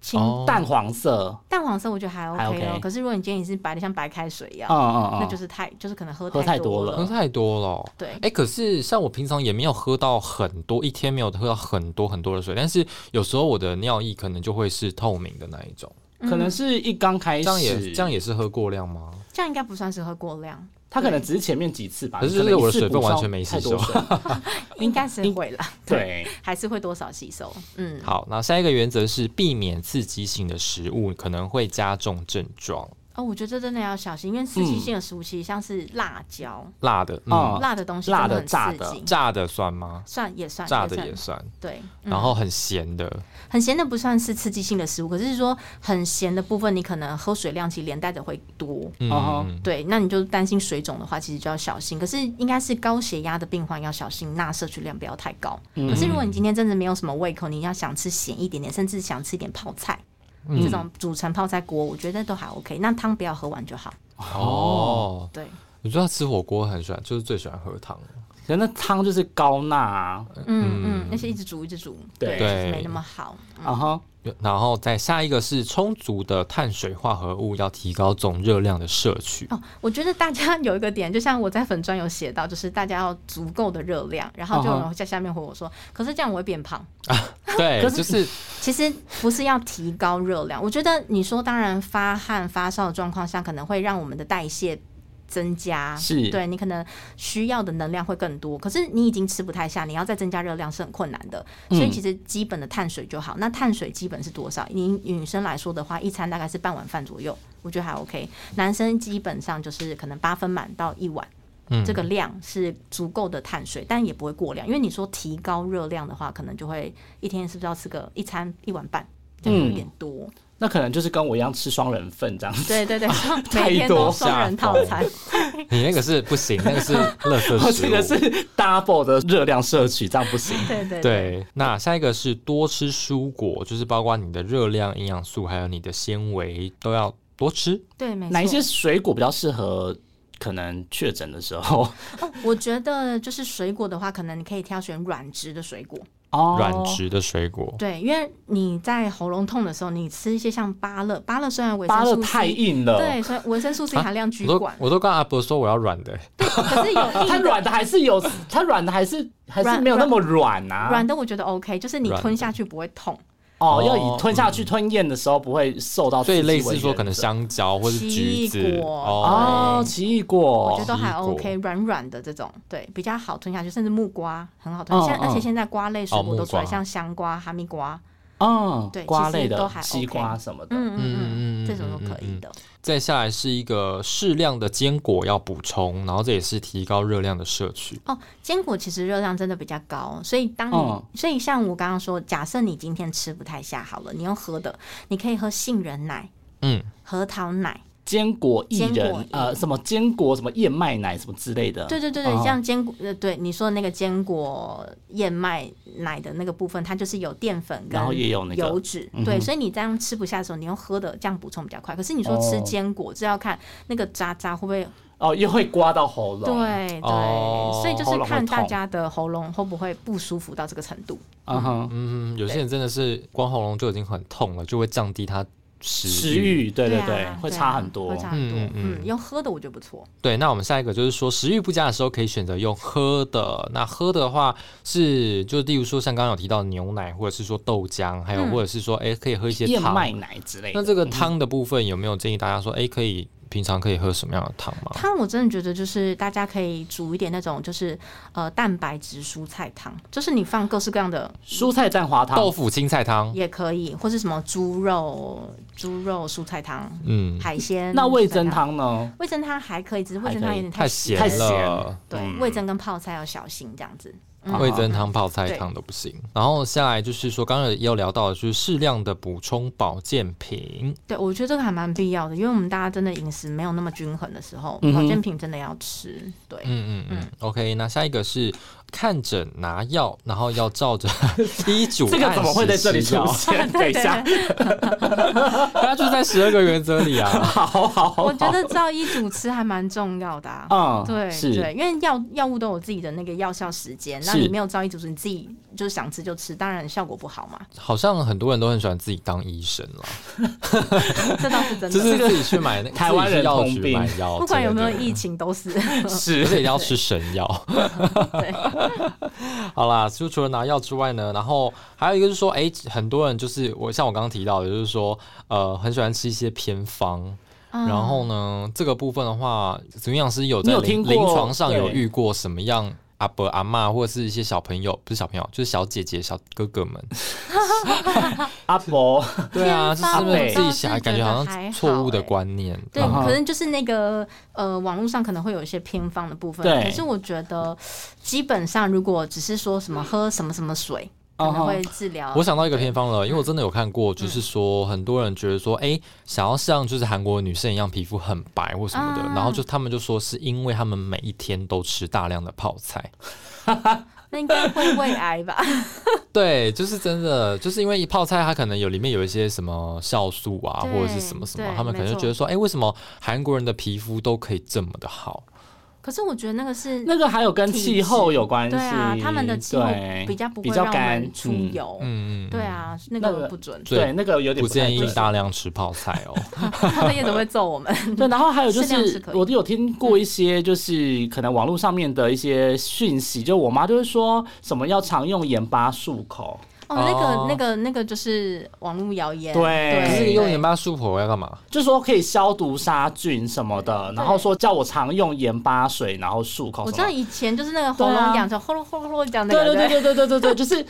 [SPEAKER 3] 清
[SPEAKER 2] 哦
[SPEAKER 1] 淡黄色。
[SPEAKER 3] 淡黄色，我觉得还 OK
[SPEAKER 1] 还
[SPEAKER 3] 哦。
[SPEAKER 1] OK
[SPEAKER 3] 可是如果你今天也是白的像白开水一样，
[SPEAKER 1] 嗯嗯嗯，
[SPEAKER 3] 那就是太就是可能喝
[SPEAKER 1] 喝太多
[SPEAKER 3] 多
[SPEAKER 1] 了
[SPEAKER 2] 喝太多了哦、
[SPEAKER 3] 对
[SPEAKER 2] 哎、可是像我平常也没有喝到很多，一天没有喝到很多很多的水，但是有时候我的尿液可能就会是透明的那一种，
[SPEAKER 3] 嗯
[SPEAKER 1] 可能是一刚开
[SPEAKER 2] 这
[SPEAKER 1] 始，
[SPEAKER 2] 样也这样也是喝过量吗？
[SPEAKER 3] 这样应该不算是喝过量，
[SPEAKER 1] 他可能只是前面几次吧，
[SPEAKER 2] 可是
[SPEAKER 1] 你能
[SPEAKER 2] 我的
[SPEAKER 1] 一次
[SPEAKER 2] 水分
[SPEAKER 1] 补上
[SPEAKER 2] 完全没吸
[SPEAKER 1] 太
[SPEAKER 2] 收
[SPEAKER 1] 多水嗯
[SPEAKER 3] 应该是会啦，
[SPEAKER 1] 对，
[SPEAKER 3] 还是会多少吸收。嗯，
[SPEAKER 2] 好，那下一个原则是避免刺激性的食物可能会加重症状，
[SPEAKER 3] 哦，我觉得这真的要小心，因为刺激性的食物其实像是辣椒、
[SPEAKER 2] 辣的，嗯，
[SPEAKER 1] 哦
[SPEAKER 3] 辣的东西，
[SPEAKER 1] 辣
[SPEAKER 3] 真
[SPEAKER 1] 的
[SPEAKER 3] 的很
[SPEAKER 1] 炸
[SPEAKER 3] 刺
[SPEAKER 1] 的
[SPEAKER 3] 激，
[SPEAKER 2] 炸的算吗？
[SPEAKER 3] 算也算
[SPEAKER 2] 炸的也
[SPEAKER 3] 也算
[SPEAKER 2] 算，
[SPEAKER 3] 对。嗯
[SPEAKER 2] 然后很咸的，
[SPEAKER 3] 很咸的不算是刺激性的食物，可是说很咸的部分，你可能喝水量其实连带着会多。
[SPEAKER 2] 嗯，
[SPEAKER 1] 哦
[SPEAKER 3] 对，那你就担心水肿的话，其实就要小心。可是应该是高血压的病患要小心，钠摄取量不要太高。可是如果你今天真的没有什么胃口，你要想吃咸一点点，甚至想吃一点泡菜，这种煮成泡菜锅，我觉得都还 OK。那汤不要喝完就好。
[SPEAKER 2] 哦，
[SPEAKER 3] 对，
[SPEAKER 2] 我知道吃火锅很喜欢，就是最喜欢喝汤，
[SPEAKER 1] 可能那汤就是高钠啊，
[SPEAKER 3] 嗯嗯，那些一直煮一直煮，
[SPEAKER 1] 对
[SPEAKER 3] 就是没那么好。
[SPEAKER 1] 啊哈，
[SPEAKER 2] 然后再下一个是充足的碳水化合物，要提高总热量的摄 取。
[SPEAKER 3] 哦，我觉得大家有一个点，就像我在粉砖有写到，就是大家要足够的热量，然后就有人在下面回我说，可是这样我会变胖。
[SPEAKER 2] 对，
[SPEAKER 1] 可是
[SPEAKER 2] 就是
[SPEAKER 3] 其实不是要提高热量，我觉得你说当然发汗发烧的状况下，可能会让我们的代谢增加，
[SPEAKER 1] 是
[SPEAKER 3] 对你可能需要的能量会更多。可是你已经吃不太下，你要再增加热量是很困难的。所以其实基本的碳水就好。那碳水基本是多少？你女生来说的话，一餐大概是半碗饭左右，我觉得还 OK。男生基本上就是可能八分满到一碗。这个量是足够的碳水，但也不会过量。因为你说提高热量的话，可能就会一天是不是要吃个一餐一碗半，这样有点多。
[SPEAKER 1] 那可能就是跟我一样吃双人份这样子，
[SPEAKER 3] 对对对，
[SPEAKER 1] 太
[SPEAKER 3] 每天
[SPEAKER 1] 多
[SPEAKER 3] 都双人套 餐。
[SPEAKER 2] 你那个是不 行，那个是垃圾食
[SPEAKER 1] 这
[SPEAKER 2] 物。
[SPEAKER 1] 个是 double 的热量摄取，这样不行。
[SPEAKER 3] 对对对，
[SPEAKER 2] 对，那下一个是多吃蔬果，就是包括你的热量、营养素，还有你的纤维都要多吃。
[SPEAKER 3] 对没错。
[SPEAKER 1] 哪一些水果比较适合？可能确诊的时候
[SPEAKER 3] 哦？ 我觉得就是水果的话，可能你可以挑选软质的水果。
[SPEAKER 1] 哦
[SPEAKER 2] 软质的水果，
[SPEAKER 3] 对，因为你在喉咙痛的时候，你吃一些像芭乐，芭乐虽然维
[SPEAKER 1] 芭
[SPEAKER 3] 生
[SPEAKER 1] 乐
[SPEAKER 3] 素 C
[SPEAKER 1] 太硬了，
[SPEAKER 3] 对，所以维生素 C 含量居
[SPEAKER 2] 我都
[SPEAKER 3] 管。
[SPEAKER 2] 我都跟阿伯说我要软的、
[SPEAKER 3] 可是有 硬
[SPEAKER 1] 啊它
[SPEAKER 3] 的嗯
[SPEAKER 1] 软的还是有，它软的还是还是没有那么软啊。
[SPEAKER 3] 软的，我觉得 OK，就是你
[SPEAKER 2] 软的
[SPEAKER 3] 吞下去不会痛。
[SPEAKER 1] 哦，
[SPEAKER 2] 哦
[SPEAKER 1] 要以吞下去、吞咽的时候不会受哦到刺
[SPEAKER 2] 所
[SPEAKER 1] 激
[SPEAKER 2] 以
[SPEAKER 1] 为
[SPEAKER 2] 类
[SPEAKER 1] 原则，
[SPEAKER 2] 似说可能香蕉或是橘
[SPEAKER 3] 奇
[SPEAKER 2] 子哎
[SPEAKER 3] 异果
[SPEAKER 1] 哦，奇异果，
[SPEAKER 3] 我觉得都还
[SPEAKER 2] 水果
[SPEAKER 3] OK，软软的这种，对，比较好吞下去，甚至木瓜很好吞。
[SPEAKER 1] 嗯
[SPEAKER 3] 现、
[SPEAKER 1] 嗯
[SPEAKER 3] 而且现在瓜类水
[SPEAKER 2] 哦木
[SPEAKER 3] 果都出来，
[SPEAKER 2] 瓜
[SPEAKER 3] 像香瓜、哈密瓜，
[SPEAKER 1] 嗯，
[SPEAKER 3] 对
[SPEAKER 1] 瓜
[SPEAKER 3] 其实
[SPEAKER 1] 类
[SPEAKER 3] 都
[SPEAKER 1] 的
[SPEAKER 3] 还
[SPEAKER 1] 西
[SPEAKER 3] OK
[SPEAKER 1] 瓜什么的，
[SPEAKER 3] 嗯嗯
[SPEAKER 2] 嗯嗯
[SPEAKER 3] 嗯，这种
[SPEAKER 2] 嗯
[SPEAKER 3] 都可以的。
[SPEAKER 2] 再下来是一个适量的坚果要补充，然后这也是提高热量的摄取。
[SPEAKER 3] 哦，坚果其实热量真的比较高，所以当你、
[SPEAKER 1] 嗯
[SPEAKER 3] 所以像我刚刚说，假设你今天吃不太下好了，你用喝的，你可以喝杏仁奶、
[SPEAKER 2] 嗯，
[SPEAKER 3] 核桃奶，
[SPEAKER 1] 坚果薏
[SPEAKER 3] 坚果
[SPEAKER 1] 仁，呃，什么坚果什么燕麦奶什么之类的，
[SPEAKER 3] 对对对对，
[SPEAKER 1] 哦
[SPEAKER 3] 像坚果呃，对你说的那个坚果燕麦奶的那个部分，它就是有淀粉跟
[SPEAKER 1] 然后也有那个嗯
[SPEAKER 3] 油脂，对，所以你这样吃不下的时候，你用喝的这样补充比较快。可是你说吃
[SPEAKER 1] 哦
[SPEAKER 3] 坚果，这要看那个渣渣会不会，
[SPEAKER 1] 哦，又会刮到喉咙，
[SPEAKER 3] 对，对，
[SPEAKER 2] 哦
[SPEAKER 3] 所以就
[SPEAKER 1] 喉
[SPEAKER 3] 是
[SPEAKER 1] 咙会
[SPEAKER 3] 看大
[SPEAKER 1] 痛
[SPEAKER 3] 家的喉咙会不会不舒服到这个程度。
[SPEAKER 1] 嗯哼，
[SPEAKER 2] 嗯，有些人真的是光喉咙就已经很痛了，就会降低他食
[SPEAKER 1] 食欲，对对
[SPEAKER 3] 啊
[SPEAKER 1] 对，会差
[SPEAKER 3] 啊
[SPEAKER 1] 很多
[SPEAKER 3] 会，差很多
[SPEAKER 2] 嗯。嗯
[SPEAKER 3] 嗯，用喝的我觉得不错。
[SPEAKER 2] 对，那我们下一个就是说，食欲不佳的时候可以选择用喝的。那喝的话是，就例如说像刚刚有提到牛奶，或者是说豆浆，还有
[SPEAKER 3] 嗯
[SPEAKER 2] 或者是说，哎、可以喝一些
[SPEAKER 1] 燕
[SPEAKER 2] 汤。
[SPEAKER 1] 麦奶之类
[SPEAKER 2] 那
[SPEAKER 1] 的，
[SPEAKER 2] 这个汤的部分有没有建议大家说，哎、可以平常可以喝什么样的汤吗？
[SPEAKER 3] 汤我真的觉得就是大家可以煮一点那种就是呃蛋白质蔬菜汤，就是你放各式各样的
[SPEAKER 1] 蔬菜蛋花汤
[SPEAKER 2] 豆，腐青菜汤，
[SPEAKER 3] 也可以，或是什么猪肉、猪肉蔬菜汤、
[SPEAKER 2] 嗯，
[SPEAKER 3] 海鲜。
[SPEAKER 1] 那味增
[SPEAKER 3] 蔬菜，
[SPEAKER 1] 汤呢？
[SPEAKER 3] 味增汤还可以，只是味增
[SPEAKER 1] 还可
[SPEAKER 3] 汤
[SPEAKER 1] 以
[SPEAKER 3] 有点
[SPEAKER 2] 太
[SPEAKER 3] 咸
[SPEAKER 2] 咸
[SPEAKER 1] 太
[SPEAKER 3] 了。
[SPEAKER 1] 咸
[SPEAKER 2] 了。
[SPEAKER 3] 对，味增跟泡菜要小心这样子。
[SPEAKER 2] 嗯味增汤、泡菜汤都不行。然后下来就是说，刚刚也有聊到，的就是适量的补充保健品。
[SPEAKER 3] 对，我觉得这个还蛮必要的，因为我们大家真的饮食没有那么均衡的时候，
[SPEAKER 1] 嗯哼
[SPEAKER 3] 保健品真的要吃。对，
[SPEAKER 2] 嗯嗯嗯，OK。那下一个是看诊拿药，然后要照 着医嘱
[SPEAKER 1] 这个怎么会在这里出
[SPEAKER 2] 讲？
[SPEAKER 1] 现？等一下，
[SPEAKER 2] 它就在十二个原则里啊。
[SPEAKER 1] 好好好好，
[SPEAKER 3] 我觉得照医嘱吃还蛮重要 的、啊。
[SPEAKER 1] 嗯，
[SPEAKER 3] 对对，
[SPEAKER 1] 是，
[SPEAKER 3] 因为药药物都有自己的那个药效时间，那
[SPEAKER 1] 是
[SPEAKER 3] 你没有照医嘱，你自己就是想吃就吃，当然效果不好嘛，
[SPEAKER 2] 好像很多人都很喜欢自己当医生了，
[SPEAKER 3] 这倒是真的。
[SPEAKER 2] 就是自己去买那
[SPEAKER 1] 台湾
[SPEAKER 2] 自己
[SPEAKER 1] 人
[SPEAKER 2] 去药
[SPEAKER 1] 通
[SPEAKER 2] 局
[SPEAKER 1] 病
[SPEAKER 2] 买药，
[SPEAKER 3] 不管有没有疫情都 是。
[SPEAKER 2] 而且
[SPEAKER 1] 是
[SPEAKER 2] 一定要吃神药。
[SPEAKER 3] 对，
[SPEAKER 2] 好啦，就除了拿药之外呢，然后还有一个是说，哎、很多人就是我像我刚刚提到的，就是说，呃，很喜欢吃一些偏方。
[SPEAKER 3] 嗯哦
[SPEAKER 2] 然后呢，这个部分的话，营养师有
[SPEAKER 1] 你
[SPEAKER 2] 在
[SPEAKER 1] 有听
[SPEAKER 2] 临
[SPEAKER 1] 过
[SPEAKER 2] 临床上有
[SPEAKER 1] 对
[SPEAKER 2] 遇过什么样阿伯阿嬷或者是一些小朋友，不是小朋友，就是小姐姐、小哥 哥们，
[SPEAKER 1] 阿伯，
[SPEAKER 2] 对啊，就
[SPEAKER 3] 偏
[SPEAKER 2] 是
[SPEAKER 3] 方
[SPEAKER 2] 不是自
[SPEAKER 3] 我倒
[SPEAKER 2] 己
[SPEAKER 3] 是
[SPEAKER 2] 小孩感觉
[SPEAKER 3] 觉得
[SPEAKER 2] 好
[SPEAKER 3] 还
[SPEAKER 2] 像
[SPEAKER 3] 好
[SPEAKER 2] 错误的
[SPEAKER 3] 欸
[SPEAKER 2] 观念？
[SPEAKER 3] 对，
[SPEAKER 1] 嗯哼
[SPEAKER 3] 可能就是那个呃，网络上可能会有一些偏方的部分，
[SPEAKER 1] 对
[SPEAKER 3] 可是我觉得基本上如果只是说什么喝什么什么水，可
[SPEAKER 1] 嗯
[SPEAKER 3] 能
[SPEAKER 1] 哼
[SPEAKER 3] 会治疗。
[SPEAKER 2] 我想到一个偏方了，因为我真的有看过，就是说很多人觉得
[SPEAKER 3] 嗯
[SPEAKER 2] 说，哎、想要像就是韩国女生一样皮肤很白或什么的，
[SPEAKER 3] 啊
[SPEAKER 2] 然后就他们就说是因为他们每一天都吃大量的泡菜，
[SPEAKER 3] 那应该会胃癌吧？
[SPEAKER 2] 对，就是真的，就是因为泡菜它可能有里面有一些什么酵素啊，
[SPEAKER 3] 对
[SPEAKER 2] 或者是什么什么，
[SPEAKER 3] 对
[SPEAKER 2] 他们可能就觉得说，哎、为什么韩国人的皮肤都可以这么的好？
[SPEAKER 3] 可是我觉得那个是
[SPEAKER 1] 那个还有跟气候有关系，
[SPEAKER 3] 对啊，他们的气候
[SPEAKER 1] 对
[SPEAKER 3] 比较不会
[SPEAKER 1] 比
[SPEAKER 3] 让
[SPEAKER 1] 较
[SPEAKER 3] 我
[SPEAKER 1] 干
[SPEAKER 3] 们出
[SPEAKER 1] 嗯
[SPEAKER 3] 油。
[SPEAKER 2] 嗯嗯，
[SPEAKER 3] 对啊，那
[SPEAKER 1] 那
[SPEAKER 3] 个
[SPEAKER 1] 个
[SPEAKER 3] 不 准，
[SPEAKER 2] 所以
[SPEAKER 1] 对，那个有点
[SPEAKER 2] 不
[SPEAKER 1] 太
[SPEAKER 2] 建议
[SPEAKER 1] 对
[SPEAKER 2] 大量吃泡菜 哦。
[SPEAKER 3] 他们业主会揍我们。
[SPEAKER 1] 对，然后还有就
[SPEAKER 3] 适量
[SPEAKER 1] 是
[SPEAKER 3] 是可，以
[SPEAKER 1] 我有听过一些，就是可能网络上面的一些讯息，就我妈就会说什么要常用盐巴漱口，
[SPEAKER 3] 哦，
[SPEAKER 2] 哦
[SPEAKER 3] 那个、那个、那个就是网络谣言。
[SPEAKER 1] 对
[SPEAKER 2] 可
[SPEAKER 1] 对
[SPEAKER 2] 是用盐
[SPEAKER 3] 巴。
[SPEAKER 2] 巴漱口要干嘛？
[SPEAKER 1] 就说可以消毒杀菌什么的，然后说叫我常用盐巴水，然后漱
[SPEAKER 2] 啊
[SPEAKER 1] 口
[SPEAKER 3] 我知
[SPEAKER 1] 什
[SPEAKER 3] 道
[SPEAKER 1] 么。
[SPEAKER 3] 以前就是那个喉
[SPEAKER 1] 对啊
[SPEAKER 3] 咙痒，就呼噜呼噜呼噜讲那
[SPEAKER 1] 对
[SPEAKER 3] 个。
[SPEAKER 1] 对对
[SPEAKER 3] 对
[SPEAKER 1] 对对对对对， 就是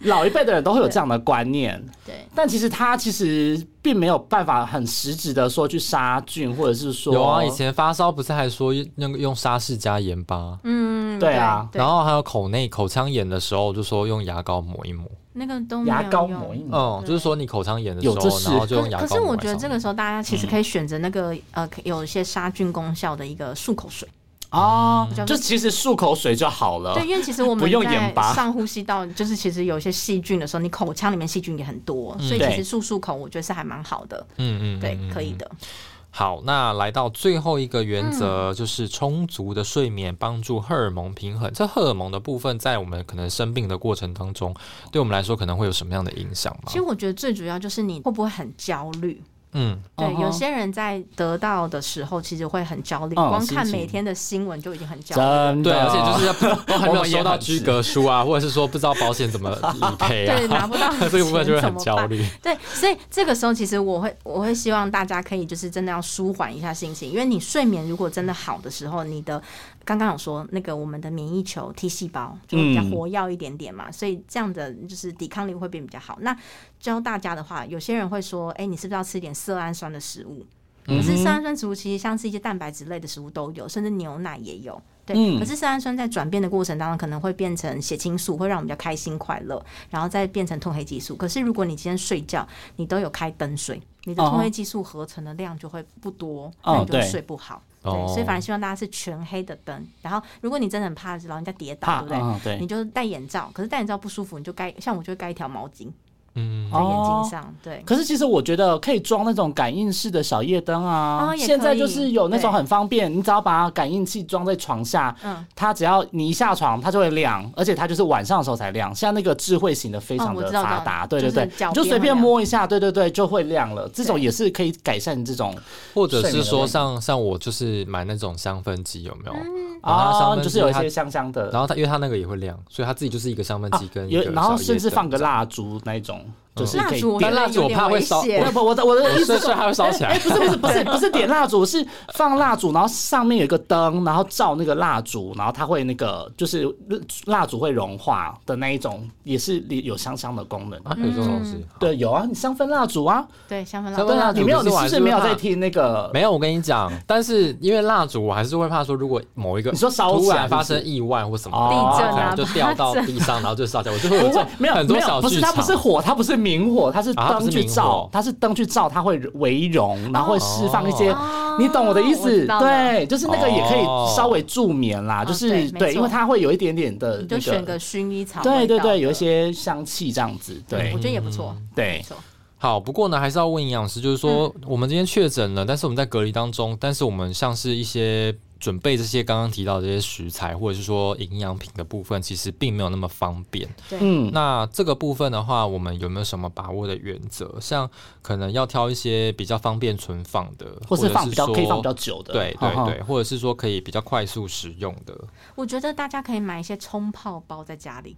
[SPEAKER 1] 老一辈的人都会有这样的观念，
[SPEAKER 3] 对
[SPEAKER 1] 但其实他其实并没有办法很实质的说去杀菌，或者是说
[SPEAKER 2] 有啊，以前发烧不是还说那个用沙士加盐巴？
[SPEAKER 3] 嗯，
[SPEAKER 1] 对啊
[SPEAKER 3] 对
[SPEAKER 2] 然后还有口内口腔炎的时候，就说用牙膏抹一抹。
[SPEAKER 3] 那个都没有
[SPEAKER 1] 牙膏
[SPEAKER 3] 用
[SPEAKER 1] 抹一抹，
[SPEAKER 2] 嗯，就是说你口腔炎的时
[SPEAKER 1] 有这
[SPEAKER 2] 候，
[SPEAKER 1] 事
[SPEAKER 2] 然后就
[SPEAKER 3] 可
[SPEAKER 2] 用
[SPEAKER 3] 是
[SPEAKER 2] 牙膏抹在
[SPEAKER 3] 可是
[SPEAKER 2] 上面。
[SPEAKER 3] 我觉得这个时候大家其实可以选择那个、呃有一些杀菌功效的一个漱口水，
[SPEAKER 1] 哦
[SPEAKER 3] 比，较
[SPEAKER 1] 就其实漱口水就好了。
[SPEAKER 3] 嗯对，因为其实我
[SPEAKER 1] 哦不
[SPEAKER 3] 们
[SPEAKER 1] 用
[SPEAKER 3] 在
[SPEAKER 1] 盐巴
[SPEAKER 3] 上呼吸道就是其实有一些细菌的时候，你口腔里面细菌也很多，所以
[SPEAKER 1] 对
[SPEAKER 3] 其实漱漱口我觉得是还蛮好的，
[SPEAKER 2] 嗯，嗯嗯，
[SPEAKER 3] 对，可以
[SPEAKER 2] 的。
[SPEAKER 3] 的。
[SPEAKER 2] 好，那来到最后一个原
[SPEAKER 3] 嗯
[SPEAKER 2] 则，就是充足的睡眠帮助荷尔蒙平衡。这荷尔蒙的部分，在我们可能生病的过程当中，对我们来说可能会有什么样的影响吗
[SPEAKER 3] 其实？我觉得最主要就是你会不会很焦虑，
[SPEAKER 2] 嗯，
[SPEAKER 3] 对
[SPEAKER 1] 嗯哼
[SPEAKER 3] 有些人在得到的时候，其实会很焦虑，
[SPEAKER 1] 嗯
[SPEAKER 3] 光
[SPEAKER 1] 心
[SPEAKER 3] 看
[SPEAKER 1] 情啊
[SPEAKER 3] 每天的新闻就已经很焦虑。
[SPEAKER 1] 真的，
[SPEAKER 2] 对，
[SPEAKER 3] 啊
[SPEAKER 2] 啊而且就是要 都还没
[SPEAKER 1] 我
[SPEAKER 2] 有
[SPEAKER 1] 们也
[SPEAKER 2] 收到
[SPEAKER 1] 很
[SPEAKER 2] 居
[SPEAKER 1] 是
[SPEAKER 2] 格书啊，或者是说不知道保险怎么理赔啊，
[SPEAKER 3] 对，拿不到
[SPEAKER 2] 这个部分就会
[SPEAKER 3] 钱怎
[SPEAKER 2] 很
[SPEAKER 3] 么
[SPEAKER 2] 焦
[SPEAKER 3] 办
[SPEAKER 2] 虑。
[SPEAKER 3] 对，所以这个时候其实我会我会希望大家可以就是真的要舒缓一下心情，因为你睡眠如果真的好的时候，你的刚刚有说那个我们的免疫球 T 细胞就会比较
[SPEAKER 1] 嗯
[SPEAKER 3] 活跃一点点嘛，所以这样的就是抵抗力会变比较好。那教大家的话，有些人会说，哎、你是不是要吃一点色氨酸的食物？可
[SPEAKER 1] 嗯
[SPEAKER 3] 是色氨酸食物其实像是一些蛋白质类的食物都有，甚至牛奶也有。对，
[SPEAKER 1] 嗯
[SPEAKER 3] 可是色氨酸在转变的过程当中，可能会变成血清素，会让我们比较开心快乐，然后再变成褪黑激素。可是如果你今天睡觉，你都有开灯睡，你的
[SPEAKER 1] 哦
[SPEAKER 3] 褪黑激素合成的量就会不多，
[SPEAKER 1] 哦
[SPEAKER 3] 那你就会
[SPEAKER 1] 对
[SPEAKER 3] 睡不好。对，
[SPEAKER 2] 哦
[SPEAKER 3] 所以反而希望大家是全黑的灯。然后，如果你真的很怕老人家跌倒，
[SPEAKER 1] 怕，
[SPEAKER 3] 对不对？
[SPEAKER 1] 嗯对
[SPEAKER 3] 你，就戴眼罩，可是戴眼罩不舒服，你就盖，像我就会盖一条毛巾
[SPEAKER 2] 嗯，
[SPEAKER 3] 在眼
[SPEAKER 1] 哦
[SPEAKER 3] 睛上，对。
[SPEAKER 1] 可是其实我觉得可以装那种感应式的小夜灯啊，
[SPEAKER 3] 哦也可以
[SPEAKER 1] 现在就是有那种很方便，你只要把感应器装在床下，
[SPEAKER 3] 嗯
[SPEAKER 1] 它只要你一下床它就会亮，而且它就是晚上的时候才亮。像那个智慧型的非常
[SPEAKER 3] 哦我
[SPEAKER 1] 的
[SPEAKER 3] 知道
[SPEAKER 1] 发达，
[SPEAKER 3] 知
[SPEAKER 1] 对
[SPEAKER 3] 道
[SPEAKER 1] 对对，
[SPEAKER 3] 就是脚
[SPEAKER 1] 你就
[SPEAKER 3] 边
[SPEAKER 1] 随便
[SPEAKER 3] 会亮
[SPEAKER 1] 摸一下，对对对就会亮了。这种
[SPEAKER 3] 对
[SPEAKER 1] 也是可以改善这种
[SPEAKER 2] 或者
[SPEAKER 1] 睡眠
[SPEAKER 2] 是
[SPEAKER 1] 的
[SPEAKER 2] 说
[SPEAKER 1] 问题
[SPEAKER 2] 像像我就是买那种香氛机，有没有？
[SPEAKER 3] 嗯
[SPEAKER 2] 然后它香氛
[SPEAKER 1] 啊，就是
[SPEAKER 2] 机
[SPEAKER 1] 有一
[SPEAKER 2] 它
[SPEAKER 1] 些香香的
[SPEAKER 2] 然，后它因为它那个也会亮，所以它自己就是一个香氛
[SPEAKER 1] 啊
[SPEAKER 2] 机跟一
[SPEAKER 1] 有
[SPEAKER 2] 个，
[SPEAKER 1] 然后
[SPEAKER 2] 小夜
[SPEAKER 1] 甚至
[SPEAKER 2] 灯
[SPEAKER 1] 放个
[SPEAKER 2] 这样，嗯
[SPEAKER 1] 蜡烛那种，就是
[SPEAKER 5] 蜡
[SPEAKER 1] 可以
[SPEAKER 5] 烛我
[SPEAKER 1] 点
[SPEAKER 2] 但
[SPEAKER 5] 觉得
[SPEAKER 2] 蜡烛
[SPEAKER 5] 有
[SPEAKER 2] 我
[SPEAKER 5] 点
[SPEAKER 2] 怕会
[SPEAKER 5] 危
[SPEAKER 2] 烧
[SPEAKER 5] 险
[SPEAKER 2] 我
[SPEAKER 1] 不不，我的我的意
[SPEAKER 2] 所
[SPEAKER 1] 思
[SPEAKER 2] 以
[SPEAKER 1] 是
[SPEAKER 2] 所以它会烧起来
[SPEAKER 1] 哎，不是不 是不是不是点蜡烛，是放蜡烛，然后上面有一个灯，然后照那个蜡烛，然后它会那个就是蜡烛会融化的那一种，也是有香香的功能。
[SPEAKER 2] 啊， 有这种东西。
[SPEAKER 1] 对，有啊，你香氛蜡烛啊，
[SPEAKER 3] 对，香氛蜡
[SPEAKER 2] 香
[SPEAKER 3] 烛
[SPEAKER 1] 对
[SPEAKER 2] 氛
[SPEAKER 1] 啊，
[SPEAKER 2] 蜡烛
[SPEAKER 1] 你没有，
[SPEAKER 2] 可
[SPEAKER 1] 你
[SPEAKER 2] 是
[SPEAKER 1] 是
[SPEAKER 2] 我
[SPEAKER 1] 不
[SPEAKER 2] 还
[SPEAKER 1] 是
[SPEAKER 2] 是
[SPEAKER 1] 没有
[SPEAKER 2] 怕
[SPEAKER 1] 在听那个？
[SPEAKER 2] 没有，我跟你讲，但是因为蜡烛，我还是会怕说，如果某一个
[SPEAKER 1] 你说烧
[SPEAKER 2] 突
[SPEAKER 1] 起来
[SPEAKER 2] 然
[SPEAKER 1] 是不
[SPEAKER 2] 发
[SPEAKER 1] 是
[SPEAKER 2] 生意外或什么，
[SPEAKER 1] 哦
[SPEAKER 2] 可
[SPEAKER 3] 地震啊
[SPEAKER 2] 能就掉到地上，然后就烧起来，我就会有
[SPEAKER 1] 不
[SPEAKER 2] 这
[SPEAKER 1] 会
[SPEAKER 2] 种，
[SPEAKER 1] 没有，
[SPEAKER 2] 很多
[SPEAKER 1] 没有
[SPEAKER 2] 小
[SPEAKER 1] 不是
[SPEAKER 2] 剧
[SPEAKER 1] 它
[SPEAKER 2] 场。
[SPEAKER 1] 不是火，它不是明火，它是
[SPEAKER 2] 啊它不
[SPEAKER 1] 灯
[SPEAKER 2] 是
[SPEAKER 1] 去
[SPEAKER 2] 明
[SPEAKER 1] 照
[SPEAKER 2] 火，
[SPEAKER 1] 它是灯去照，它会微融，然后会释放一些
[SPEAKER 3] 哦
[SPEAKER 1] 你懂我的意
[SPEAKER 3] 我
[SPEAKER 1] 思
[SPEAKER 3] 知？道了
[SPEAKER 1] 对，就是那个也可以
[SPEAKER 2] 哦
[SPEAKER 1] 稍微助眠啦，
[SPEAKER 3] 哦
[SPEAKER 1] 就是
[SPEAKER 3] 对没
[SPEAKER 1] 对，因为
[SPEAKER 3] 错
[SPEAKER 1] 它会有一点点的
[SPEAKER 3] 你就
[SPEAKER 1] 那
[SPEAKER 3] 选
[SPEAKER 1] 个
[SPEAKER 3] 个，薰衣草味道
[SPEAKER 1] 对
[SPEAKER 3] 的，
[SPEAKER 1] 对对，有一些香气这样子，对
[SPEAKER 3] 我觉得也不错，没
[SPEAKER 1] 对，
[SPEAKER 3] 错，
[SPEAKER 2] 好，不过呢，还是要问营养师，就是说、
[SPEAKER 3] 嗯
[SPEAKER 2] 我们今天确诊了，但是我们在隔离当中，但是我们像是一些准备这些刚刚提到的这些食材，或者是说营养品的部分，其实并没有那么方便。
[SPEAKER 1] 嗯，
[SPEAKER 2] 那这个部分的话，我们有没有什么把握的原则？像可能要挑一些比较方便存放的，
[SPEAKER 1] 或是
[SPEAKER 2] 者
[SPEAKER 1] 放比较
[SPEAKER 2] 说
[SPEAKER 1] 可以放比较久的，
[SPEAKER 2] 对
[SPEAKER 1] 哈
[SPEAKER 2] 对
[SPEAKER 1] 哈
[SPEAKER 2] 对，或者是说可以比较快速使用的。
[SPEAKER 3] 我觉得大家可以买一些冲泡包在家里，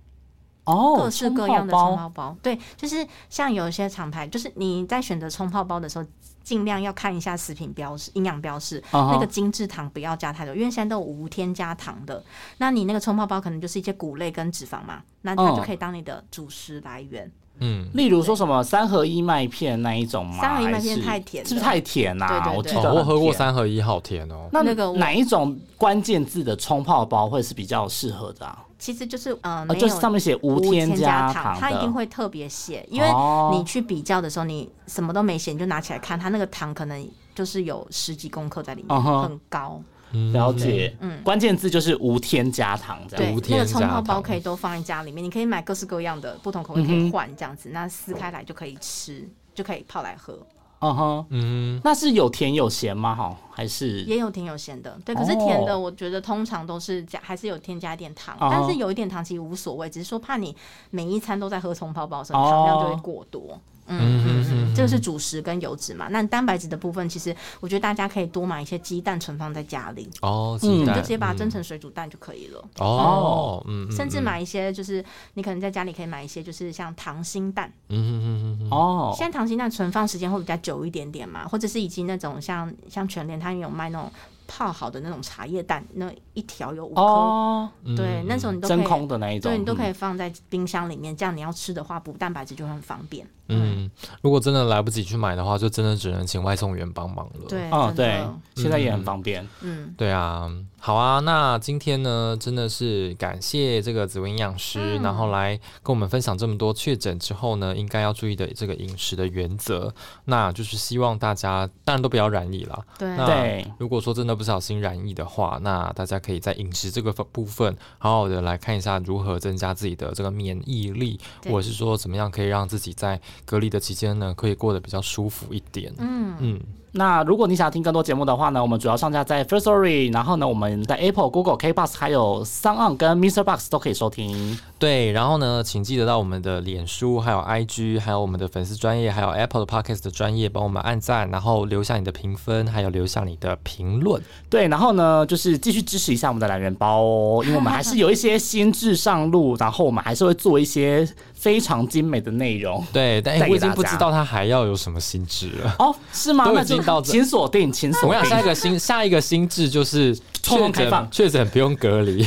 [SPEAKER 1] 哦，
[SPEAKER 3] 各式各
[SPEAKER 1] 冲泡
[SPEAKER 3] 样的
[SPEAKER 1] 包
[SPEAKER 3] 冲泡包。对，就是像有一些厂牌，就是你在选择冲泡包的时候，尽量要看一下食品标识、营养标示，
[SPEAKER 1] 啊哈
[SPEAKER 3] 那个精制糖不要加太多，因为现在都有无添加糖的。那你那个冲泡包可能就是一些谷类跟脂肪嘛，那它
[SPEAKER 1] 嗯
[SPEAKER 3] 就可以当你的主食来源。
[SPEAKER 2] 嗯，
[SPEAKER 1] 例如说什么三合一麦片那一种吗？
[SPEAKER 3] 三合一麦片
[SPEAKER 1] 还是
[SPEAKER 3] 太甜了
[SPEAKER 1] 是不是太甜
[SPEAKER 3] 对
[SPEAKER 1] 呐？
[SPEAKER 3] 对
[SPEAKER 1] 我
[SPEAKER 3] 对
[SPEAKER 1] 记
[SPEAKER 2] 哦
[SPEAKER 1] 得，
[SPEAKER 2] 我喝过
[SPEAKER 1] 很甜
[SPEAKER 2] 三合一，好甜哦。
[SPEAKER 1] 那
[SPEAKER 3] 那个我
[SPEAKER 1] 哪一种关键字的冲泡包会是比较适合的啊？
[SPEAKER 3] 其实就是嗯、呃
[SPEAKER 1] 呃，
[SPEAKER 3] 没
[SPEAKER 1] 就
[SPEAKER 3] 有
[SPEAKER 1] 是上面写无
[SPEAKER 3] 无
[SPEAKER 1] 添
[SPEAKER 3] 加
[SPEAKER 1] 糖
[SPEAKER 3] 它一定
[SPEAKER 1] 的。
[SPEAKER 3] 会特别写，因为
[SPEAKER 1] 哦
[SPEAKER 3] 你去比较的时候，你什么都没写，你就拿起来看，它那个糖可能就是有十几公克在里面
[SPEAKER 1] 嗯哼
[SPEAKER 3] 很高。
[SPEAKER 2] 嗯
[SPEAKER 1] 了解，
[SPEAKER 3] 嗯
[SPEAKER 1] 关键字就是无添加糖这
[SPEAKER 3] 对
[SPEAKER 1] 样。
[SPEAKER 2] 无，
[SPEAKER 3] 那个
[SPEAKER 2] 添
[SPEAKER 3] 冲
[SPEAKER 2] 加
[SPEAKER 3] 泡包
[SPEAKER 2] 糖
[SPEAKER 3] 可以都放在家里面，你可以买各式各样的不同口味可
[SPEAKER 1] 嗯哼
[SPEAKER 3] 以换这样子，那撕开来就可以吃，就可以泡来喝，
[SPEAKER 1] 嗯哼，
[SPEAKER 2] 嗯，
[SPEAKER 1] 那是有甜有咸吗？哈，还是
[SPEAKER 3] 也有甜有咸的。对，可是甜
[SPEAKER 1] 哦
[SPEAKER 3] 的我觉得通常都是加还是有添加一点糖，
[SPEAKER 1] 哦
[SPEAKER 3] 但是有一点糖其实无所谓，只是说怕你每一餐都在喝冲泡包的时候，你糖量就会
[SPEAKER 1] 哦
[SPEAKER 3] 过多。嗯嗯嗯，这个是主食跟油脂嘛。那蛋白质的部分，其实我觉得大家可以多买一些鸡蛋存放在家里，
[SPEAKER 2] 哦，
[SPEAKER 1] 嗯
[SPEAKER 2] 鸡
[SPEAKER 1] 你
[SPEAKER 3] 你就
[SPEAKER 2] 蛋
[SPEAKER 3] 直接把它蒸
[SPEAKER 2] 嗯
[SPEAKER 3] 成水煮蛋就可以了。
[SPEAKER 2] 哦，嗯，嗯
[SPEAKER 3] 甚至
[SPEAKER 2] 嗯
[SPEAKER 3] 买一些，就是你可能在家里可以买一些，就是像溏心蛋。
[SPEAKER 2] 嗯嗯嗯嗯嗯，
[SPEAKER 1] 哦
[SPEAKER 3] 现在溏心蛋存放时间会比较久一点点嘛，或者是以及那种像像全联，它有卖那种泡好的那种茶叶蛋，那一条有五颗，
[SPEAKER 1] 哦，
[SPEAKER 2] 嗯
[SPEAKER 3] 对，那种你都可
[SPEAKER 1] 真
[SPEAKER 3] 以，
[SPEAKER 1] 空的那一种，
[SPEAKER 3] 对你都可
[SPEAKER 1] 以。
[SPEAKER 3] 以放在冰箱里面，这样你要吃的话补蛋白质就会很方便。
[SPEAKER 2] 嗯，如果真的来不及去买的话，就真的只能请外送员帮忙了。
[SPEAKER 3] 对，
[SPEAKER 1] 哦，
[SPEAKER 3] 真
[SPEAKER 1] 对
[SPEAKER 3] 的，
[SPEAKER 1] 现在也很方便。
[SPEAKER 3] 嗯，
[SPEAKER 2] 对啊，好啊，那今天呢，真的是感谢这个紫薇营养
[SPEAKER 3] 嗯
[SPEAKER 2] 师，然后来跟我们分享这么多确诊之后呢，应该要注意的这个饮食的原则。那就是希望大家当然都不要染疫啦。
[SPEAKER 3] 对
[SPEAKER 2] 那
[SPEAKER 1] 对
[SPEAKER 2] 如果说真的不小心染疫的话，那大家可以在饮食这个部分好好的来看一下如何增加自己的这个免疫力，
[SPEAKER 3] 对
[SPEAKER 2] 或者是说怎么样可以让自己在隔离的期间呢，可以过得比较舒服一点。
[SPEAKER 3] 嗯，
[SPEAKER 2] 嗯，
[SPEAKER 1] 那如果你想听更多节目的话呢，我们主要上架在 First Story，然后呢，我们在 Apple、Google、K Bus 还有 Sound On 跟 Mr. Box 都可以收听。
[SPEAKER 2] 对，然后呢，请记得到我们的脸书、还有 IG、还有我们的粉丝专业、还有 Apple 的 Podcast 的专业，帮我们按赞，然后留下你的评分，还有留下你的评论。
[SPEAKER 1] 对，然后呢，就是继续支持一下我们的懒人包哦，因为我们还是有一些新制上路，然后我们还是会做一些非常精美的内容。
[SPEAKER 2] 对，但、
[SPEAKER 1] 带
[SPEAKER 2] 欸、
[SPEAKER 1] 给
[SPEAKER 2] 我已经
[SPEAKER 1] 大
[SPEAKER 2] 不
[SPEAKER 1] 家
[SPEAKER 2] 知道他还要有什么新知 了。
[SPEAKER 1] 哦，是吗？
[SPEAKER 2] 都已
[SPEAKER 1] 那就
[SPEAKER 2] 经到这
[SPEAKER 1] 请锁定，请
[SPEAKER 2] 我
[SPEAKER 1] 锁
[SPEAKER 2] 想下一
[SPEAKER 1] 定，
[SPEAKER 2] 个新下一个新制就是
[SPEAKER 1] 通通
[SPEAKER 2] 确
[SPEAKER 1] 开
[SPEAKER 2] 诊
[SPEAKER 1] 放
[SPEAKER 2] 确诊不用隔离，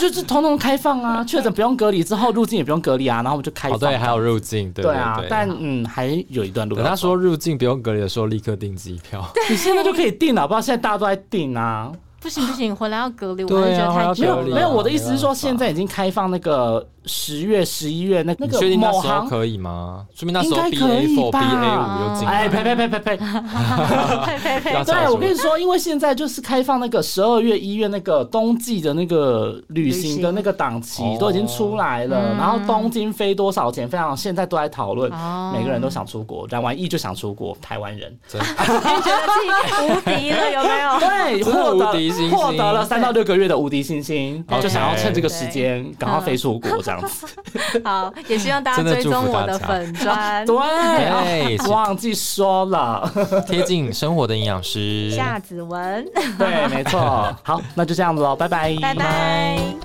[SPEAKER 1] 就是通通开放啊，确诊不用隔离，之后入境也不用隔离啊，然后我们就开
[SPEAKER 2] 哦
[SPEAKER 1] 放。
[SPEAKER 2] 对，还有入境，对
[SPEAKER 1] 对
[SPEAKER 2] 对
[SPEAKER 1] 啊，但嗯，还有一段路要
[SPEAKER 2] 等
[SPEAKER 1] 走。
[SPEAKER 2] 他说入境不用隔离的时候，立刻订机票。
[SPEAKER 1] 你现在就可以订了，不知道现在大家都在订啊。
[SPEAKER 3] 不行不行，回来要隔离，我还
[SPEAKER 2] 对
[SPEAKER 3] 是觉
[SPEAKER 2] 啊
[SPEAKER 3] 得太久
[SPEAKER 1] 没
[SPEAKER 2] 还要
[SPEAKER 1] 有
[SPEAKER 2] 隔离
[SPEAKER 3] 了。
[SPEAKER 1] 没有，我的意思是说，
[SPEAKER 2] 没办法
[SPEAKER 1] 现在已经开放那个十月、十一月那那
[SPEAKER 2] 你
[SPEAKER 1] 个
[SPEAKER 2] 确定那
[SPEAKER 1] 某
[SPEAKER 2] 时候
[SPEAKER 1] 行，
[SPEAKER 2] 可以吗？说明那时候
[SPEAKER 1] 应该
[SPEAKER 2] B
[SPEAKER 1] 可
[SPEAKER 2] A
[SPEAKER 1] 以
[SPEAKER 2] four、B
[SPEAKER 1] 吧
[SPEAKER 2] A 五又进
[SPEAKER 1] 哎，
[SPEAKER 2] 来
[SPEAKER 1] 呸
[SPEAKER 2] 了，
[SPEAKER 1] 呸呸呸呸！
[SPEAKER 3] 呸呸呸！
[SPEAKER 2] 要
[SPEAKER 1] 对，
[SPEAKER 2] 查
[SPEAKER 1] 我跟
[SPEAKER 2] 出
[SPEAKER 1] 你说，因为现在就是开放那个十二月、一月那个冬季的那个旅行嗯的那个档期
[SPEAKER 2] 旅行
[SPEAKER 1] 都已经出来了，
[SPEAKER 3] 哦
[SPEAKER 1] 然后东京飞多少钱，非常现在都在讨论，
[SPEAKER 3] 哦
[SPEAKER 1] 每个人都想出国，染完疫就想出国，台湾人
[SPEAKER 2] 真的
[SPEAKER 3] 觉得自己无敌了，有没
[SPEAKER 1] 哦
[SPEAKER 3] 有？
[SPEAKER 1] 对
[SPEAKER 2] 真的
[SPEAKER 1] 获
[SPEAKER 2] 无敌
[SPEAKER 1] 得
[SPEAKER 2] 星星
[SPEAKER 1] 获得了三到六个月的无敌星星，
[SPEAKER 2] 对
[SPEAKER 1] 就想要趁这个
[SPEAKER 3] 对
[SPEAKER 1] 时间赶快飞出国这样子，
[SPEAKER 3] 好，也希望大家
[SPEAKER 2] 真的
[SPEAKER 3] 追
[SPEAKER 2] 祝
[SPEAKER 3] 踪
[SPEAKER 2] 福
[SPEAKER 3] 我
[SPEAKER 2] 大
[SPEAKER 3] 的
[SPEAKER 2] 家
[SPEAKER 3] 粉 砖。
[SPEAKER 1] 对
[SPEAKER 2] 哎对，
[SPEAKER 1] 啊 忘记说 了。
[SPEAKER 2] 贴近生活的营养师。
[SPEAKER 3] 夏子文，
[SPEAKER 1] 对，没错。好，那就这样子喽，拜拜，
[SPEAKER 3] 拜拜。